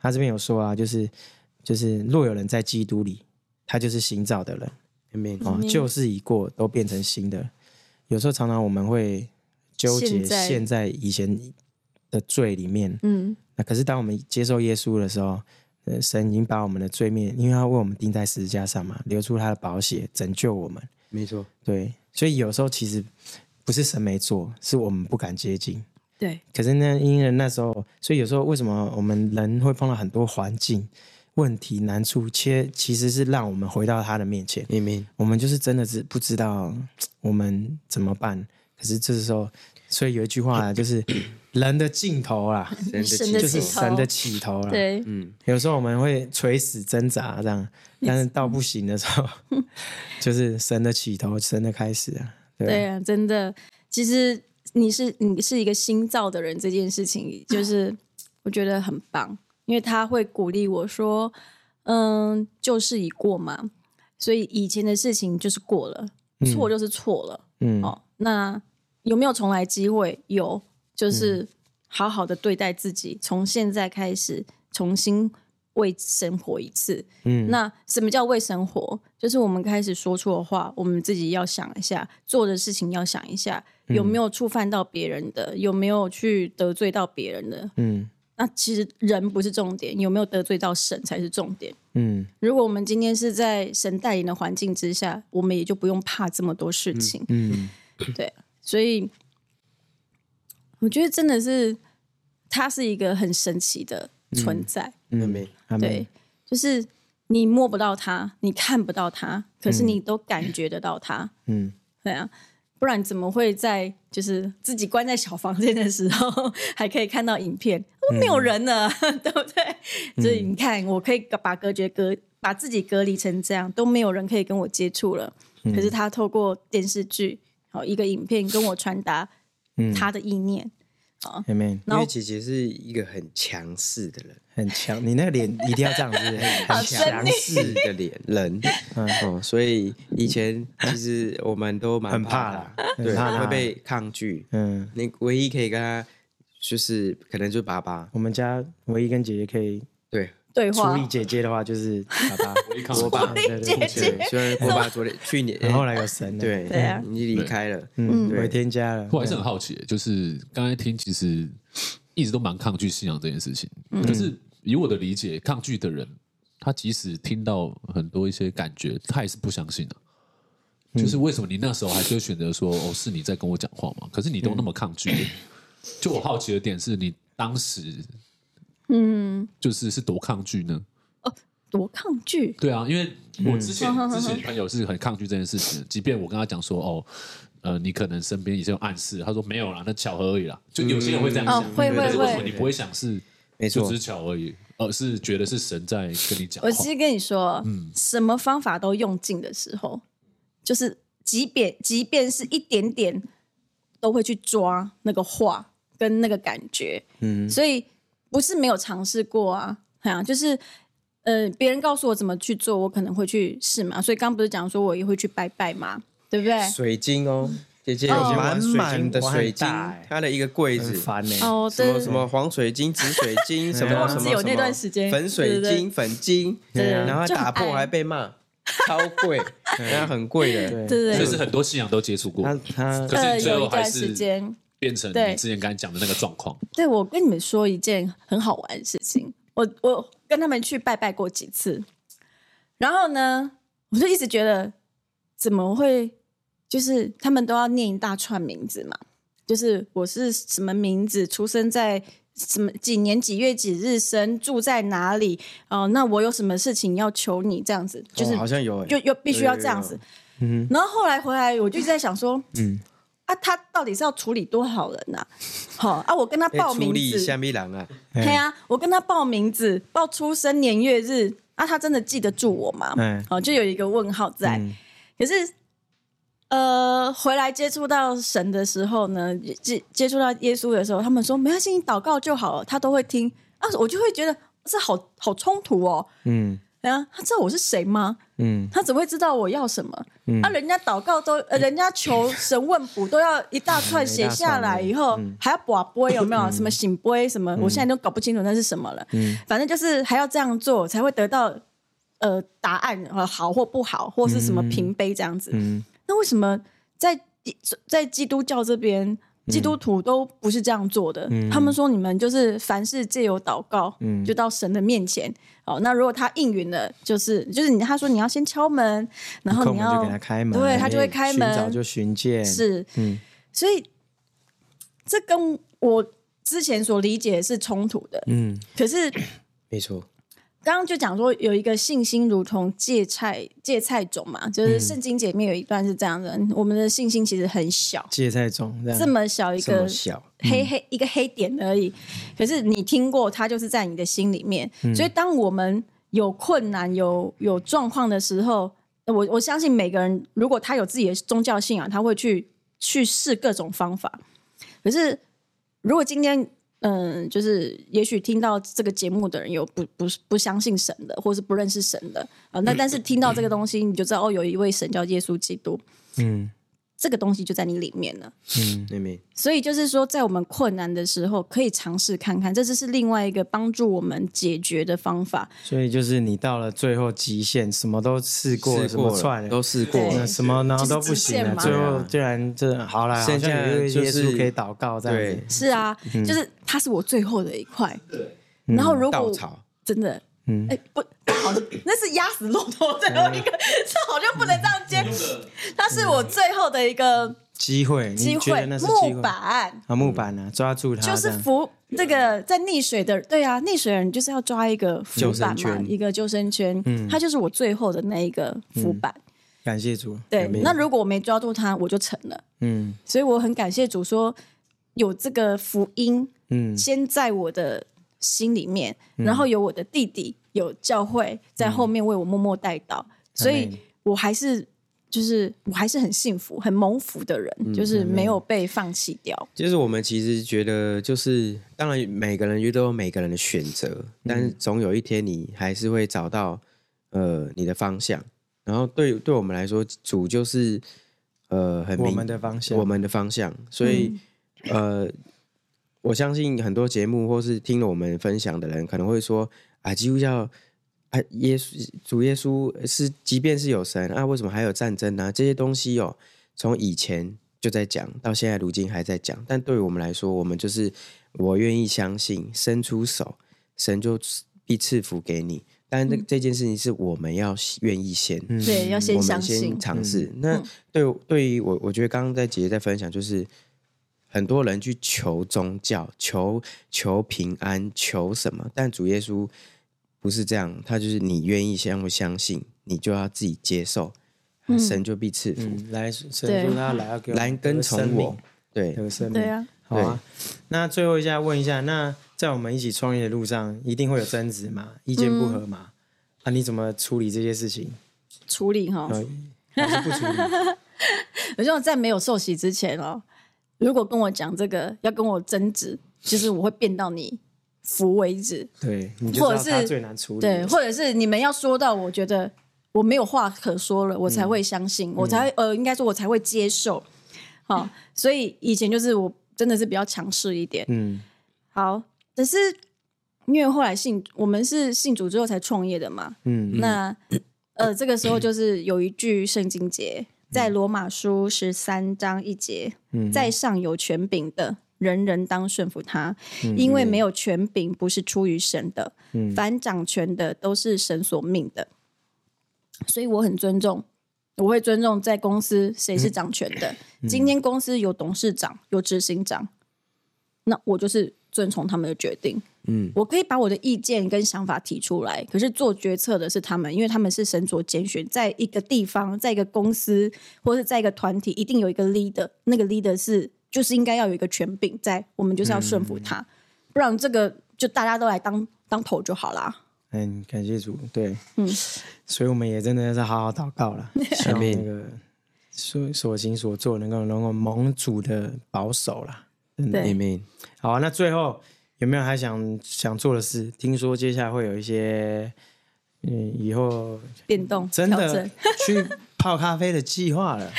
他这边有说啊，就是就是若有人在基督里，他就是新造的人。 Amen 啊，嗯旧事已过，都变成新的。有时候常常我们会纠结现在现在以前的罪里面，嗯那可是当我们接受耶稣的时候，呃，神已经把我们的罪面，因为他为我们钉在十字架上嘛，流出他的宝血拯救我们。没错，对，所以有时候其实不是神没做，是我们不敢接近。 对，可是呢，因为那时候，所以有时候为什么我们人会碰到很多环境、问题、难处，切其实是让我们回到他的面前。 Amen 我们就是真的是不知道我们怎么办。可是这时候，所以有一句话啊，就是人的尽头啦，真神的嗯的就是气尽头，头神的起头啦。对，有时候我们会垂死挣扎这样，但是到不行的时 候，就是神的起头，神的开始啊。对对啊，啊，真的，其实你是你是一个新造的人，这件事情就是我觉得很棒，因为他会鼓励我说，嗯，旧事已过嘛，所以以前的事情就是过了，错就是错了，嗯哦，那有没有重来机会？有，嗯就是好好的对待自己，从现在开始重新为生活一次。嗯那什么叫为生活？就是我们开始说出的话，我们自己要想一下，做的事情要想一下，嗯有没有触犯到别人的，有没有去得罪到别人的。嗯那其实人不是重点，有没有得罪到神才是重点。嗯如果我们今天是在神带领的环境之下，我们也就不用怕这么多事情。嗯所以我觉得真的是它是一个很神奇的存在，嗯，阿对妹，，就是你摸不到它，你看不到它，可是你都感觉得到它，嗯 对啊。不然怎么会在就是自己关在小房间的时候还可以看到影片？都嗯没有人呢， 对不对？所以你看，我可以把隔绝隔把自己隔离成这样，都没有人可以跟我接触了。嗯可是他透过电视剧，好一个影片跟我传达嗯，他的意念。阿妹因然后为姐姐是一个很强势的人，很强，你那个脸一定要这样子，很强强势的脸人，嗯哦，所以以前其实我们都蛮很怕的啦，对，很怕啦会被抗拒。嗯，你唯一可以跟他就是可能就爸爸，我们家唯一跟姐姐可以 对对处话理，姐姐的话，就是爸爸。我爸，对对对对，虽然我爸昨 哦天去年然后后来有神了，，对对啊你离开了，嗯，对回天家了，我还是很好奇，就是刚才听，其实一直都蛮抗拒信仰这件事情。嗯可是以我的理解，抗拒的人，他即使听到很多一些感觉，他也是不相信的、嗯就是为什么你那时候还是会选择说，哦，是你在跟我讲话嗯吗？可是你都那么抗拒，就我好奇的点是你当时，嗯，就是是多抗拒呢？多抗拒，对啊，因为我之前、 嗯之前朋友是很抗拒这件事情的，即便我跟他讲说哦。呃，你可能身边已经有暗示，他说没有啦，那巧合而已啦。就有些人会这样嗯想，哦会对但是会为什么会你不会想是没就错只是巧而已，而是觉得是神在跟你讲话我。其实跟你说，嗯什么方法都用尽的时候，就是即便即便是一点点，都会去抓那个话跟那个感觉。嗯，所以不是没有尝试过啊，哎呀、就是呃，别人告诉我怎么去做，我可能会去试嘛。所以刚不是讲说我也会去拜拜嘛，对不对？水晶哦，姐姐哦有满满的水水晶晶我很大欸，她的一个柜很子，烦欸呢、哦，什对么什么黄水 晶、紫水晶，什对么什忘么记什么有那段时间粉水对对晶、粉晶，啊对对然后就很打破爱还被骂，超 贵，然后很贵的，对对对所以对是很多信仰都接触过，他他可呃，是最有后一还段是时间，变成对你之前刚才讲的那个状况。对，我跟你们说一件很好玩的事情，我我跟他们去拜拜过几次，然后呢，我就一直觉得怎么会，就是他们都要念一大串名字嘛，就是我是什么名字，出生在什么几年几月几日生，住在哪里，哦、那我有什么事情要求你这样子，就是、哦好像有欸，就又必须要这样子。嗯，然后后来回来，我就一直在想说，嗯，啊，他到底是要处理多少人呐、啊？好啊，我跟他哎报出名力字下，米郎啊，对啊，我跟他报名字，报出生年月日，啊，他真的记得住我吗？嗯好，就有一个问号在。嗯可是，呃，回来接触到神的时候呢，接接触到耶稣的时候，他们说没关系，你祷告就好了，他都会听。啊，我就会觉得这好好冲突哦。嗯啊，他知道我是谁吗？嗯，他只会知道我要什么。啊，人家祷告都，呃，人家求神问卜都要一大串写下来，以后、还要卜卜有没有？什么醒卜什么？我现在都搞不清楚那是什么了。反正就是还要这样做才会得到呃答案，呃，好或不好，或是什么平杯这样子。那为什么在在基督教这边？基嗯督徒都不是这样做的，他们说你们就是凡事借由祷告，嗯就到神的面前。哦，那如果他应允了，就是就是你他说你要先敲门，然后叩你门要就给他开门，哎对他就会开门寻找就寻见，嗯是，所以这跟我之前所理解是冲突的。嗯，可是没错，刚刚就讲说有一个信心如同芥菜芥菜种嘛，嗯就是圣经里面有一段是这样的，我们的信心其实很小，芥菜种这样，这么小一嗯这么个小，嗯黑黑、一个黑点而已。可是你听过，它就是在你的心里面。嗯所以当我们有困难、有有状况的时候，我我相信每个人，如果他有自己的宗教信仰，他会去去试各种方法。可是如果今天嗯，就是也许听到这个节目的人有不不不相信神的，或是不认识神的啊、那但是听到这个东西，你就知道哦，有一位神叫耶稣基督，嗯这个东西就在你里面了。嗯那边所以就是说，在我们困难的时候，可以尝试看看，这就是另外一个帮助我们解决的方法。所以就是你到了最后极限，什么都试过，试什过么了串了都试过对那了，什么然后都不行了，就是最极限后嘛居然这好了，好剩下像有一个耶就是稣可以祷告这样对子，，是啊，嗯就是它是我最后的一块。然后如稻果草，真的，嗯，哎，不，好像，那是压死骆驼最嗯后一个，这好像不能这样接。它是我最后的一个机会，嗯你机觉会，得那是机木会？板啊，木板啊，抓住它这就样，是浮那个在溺水的，对啊，溺水的人就是要抓一个浮救生板嘛，圈一个救生圈，嗯它就是我最后的那一个浮板。感谢主，对感谢，那如果我没抓住他，我就成了。嗯所以我很感谢主说有这个福音嗯先在我的心里面，然后有我的弟弟有教会嗯在后面为我默默带到，所以我还是就是我还是很幸福、很蒙福的人，嗯就是没有被放弃掉。就是我们其实觉得，就是当然每个人都有每个人的选择，但是总有一天你还是会找到呃你的方向。然后对对我们来说，主就是呃很明我们的方向嗯我们的方向。所以、呃，我相信很多节目或是听了我们分享的人，可能会说啊，基督教啊，耶稣主耶稣是，即便是有神啊，为什么还有战争呢、这些东西哦，从以前就在讲，到现在如今还在讲。但对于我们来说，我们就是我愿意相信，伸出手，神就必赐福给你。但嗯这这件事情是我们要愿意先，对，嗯要先我相们信嗯先。嗯尝试。那对对于我，我觉得刚刚在姐姐在分享，就是很多人去求宗教、求求平安、求什么，但主耶稣不是这样，他就是你愿意相不相信，你就要自己接受，啊嗯神就必赐福。嗯，来，神对说他要来要给我来们跟得生从命我，，对，得生命。对啊，好啊。那最后一下问一下，那在我们一起创业的路上，一定会有争执嘛，意见不合嗯嘛？啊，你怎么处理这些事情？处理哈。呃，还是不处 理？我就在没有受洗之前哦，如果跟我讲这个要跟我争执，就是我会变到你服为止，对，你就或知者道他是最难处理。对，或者是你们要说到我觉得我没有话可说了，我才会相嗯信，我才会呃，应该说我才会接受。好、所以以前就是我真的是比较强势一点。嗯，好，只是因为后来信我们是信主之后才创业的嘛，嗯那呃，这个时候就是有一句圣经节，在罗马书十三章一节，嗯，在上有权柄的，人人当顺服他，因为没有权柄不是出于神的，嗯凡掌权的都是神所命的。所以我很尊重，我会尊重在公司谁是掌权的。今天公司有董事长，有执行长，那我就是遵从他们的决定。嗯，我可以把我的意见跟想法提出来，可是做决策的是他们，因为他们是神所拣选，在一个地方，在一个公司，或是在一个团体，一定有一个 leader，那个 leader 是就是应该要有一个权柄在，我们就是要顺服他，不然这个就大家都来当当头就好啦。嗯，感谢主，对，嗯，所以我们也真的是好好祷告 了，希望那个所所行所做能够能够蒙主的保守啦。对 a m e 好啊、那最后有没有还想想做的事？听说接下来会有一些，嗯，以后变动真调的整去泡咖啡的计划了。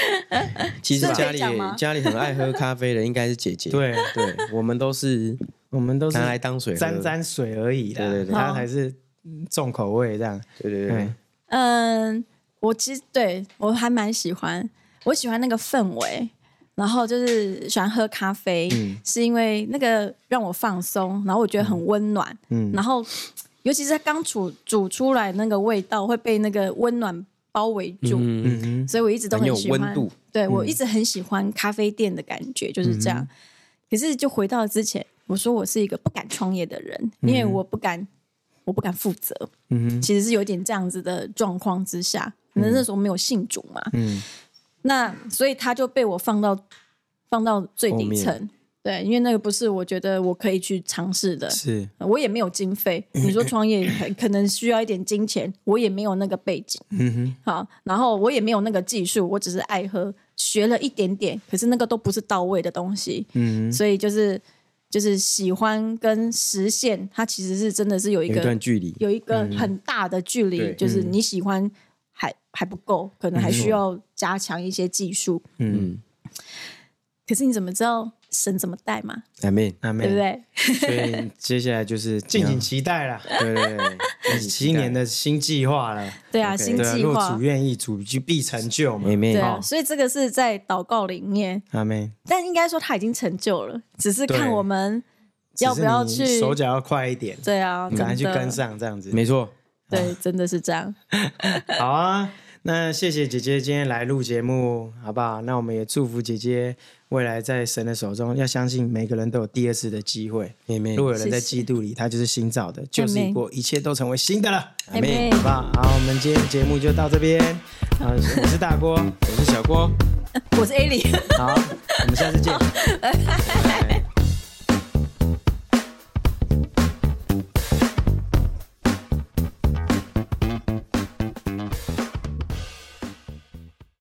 其实这可以家里讲吗家里很爱喝咖啡的应该是姐姐，对，对，我们都是我们都是拿来当水喝，沾沾水而已啦，对对对哦它才是嗯重口味这样。对对对对，，嗯，我其实对我还蛮喜欢，我喜欢那个氛围，然后就是喜欢喝咖啡，嗯是因为那个让我放松，然后我觉得很温暖，嗯然后尤其是它刚煮煮出来那个味道会被那个温暖包围住，嗯，嗯哼，所以我一直都很有喜欢温度。嗯对我一直很喜欢咖啡店的感觉，就是这样。可是就回到之前，我说我是一个不敢创业的嗯人，因为我不敢，我不敢负责。嗯哼，其实是有点这样子的状况之下，可嗯能那时候没有信主嘛，嗯那所以他就被我放到放到最后底面层。对，因为那个不是我觉得我可以去尝试的，是，我也没有经费。你说创业很 可能需要一点金钱，我也没有那个背景，嗯哼，好，然后我也没有那个技术，我只是爱喝，学了一点点，可是那个都不是到位的东西，嗯哼，所以就是就是喜欢跟实现，它其实是真的是有一有个一段距离，有一嗯个很大的距离，对就是你喜欢还还不够，可嗯能还需要加强一些技术。嗯可是你怎么知道神怎么带嘛？ a m e 阿妹，对不对？所以接下来就是敬请期待啦，对 对对，新年的新计划了，对啊，新对啊，计若划主，哦愿意，主就必成就嘛 a，m e 对啊，所以这个是在祷告里面，阿妹，但应该说他已经成就了，只是看对我们只要不是要你去。手脚要快一点，对啊，赶快真去的跟。上这啊样子，没错，对，真的是这样。好啊，那谢谢姐姐今天来录节目，好不好？那我们也祝福姐姐未来在神的手中，要相信每个人都有第二次的机会。 a m e 如果有人在谢嫉妒里，他就是新造的，旧事已过，一切都成为新的了，阿妹好不好？好，我们今天节目就到这边。啊，我是大锅，我是小郭。我是 A 莉。好，我们下次见。拜拜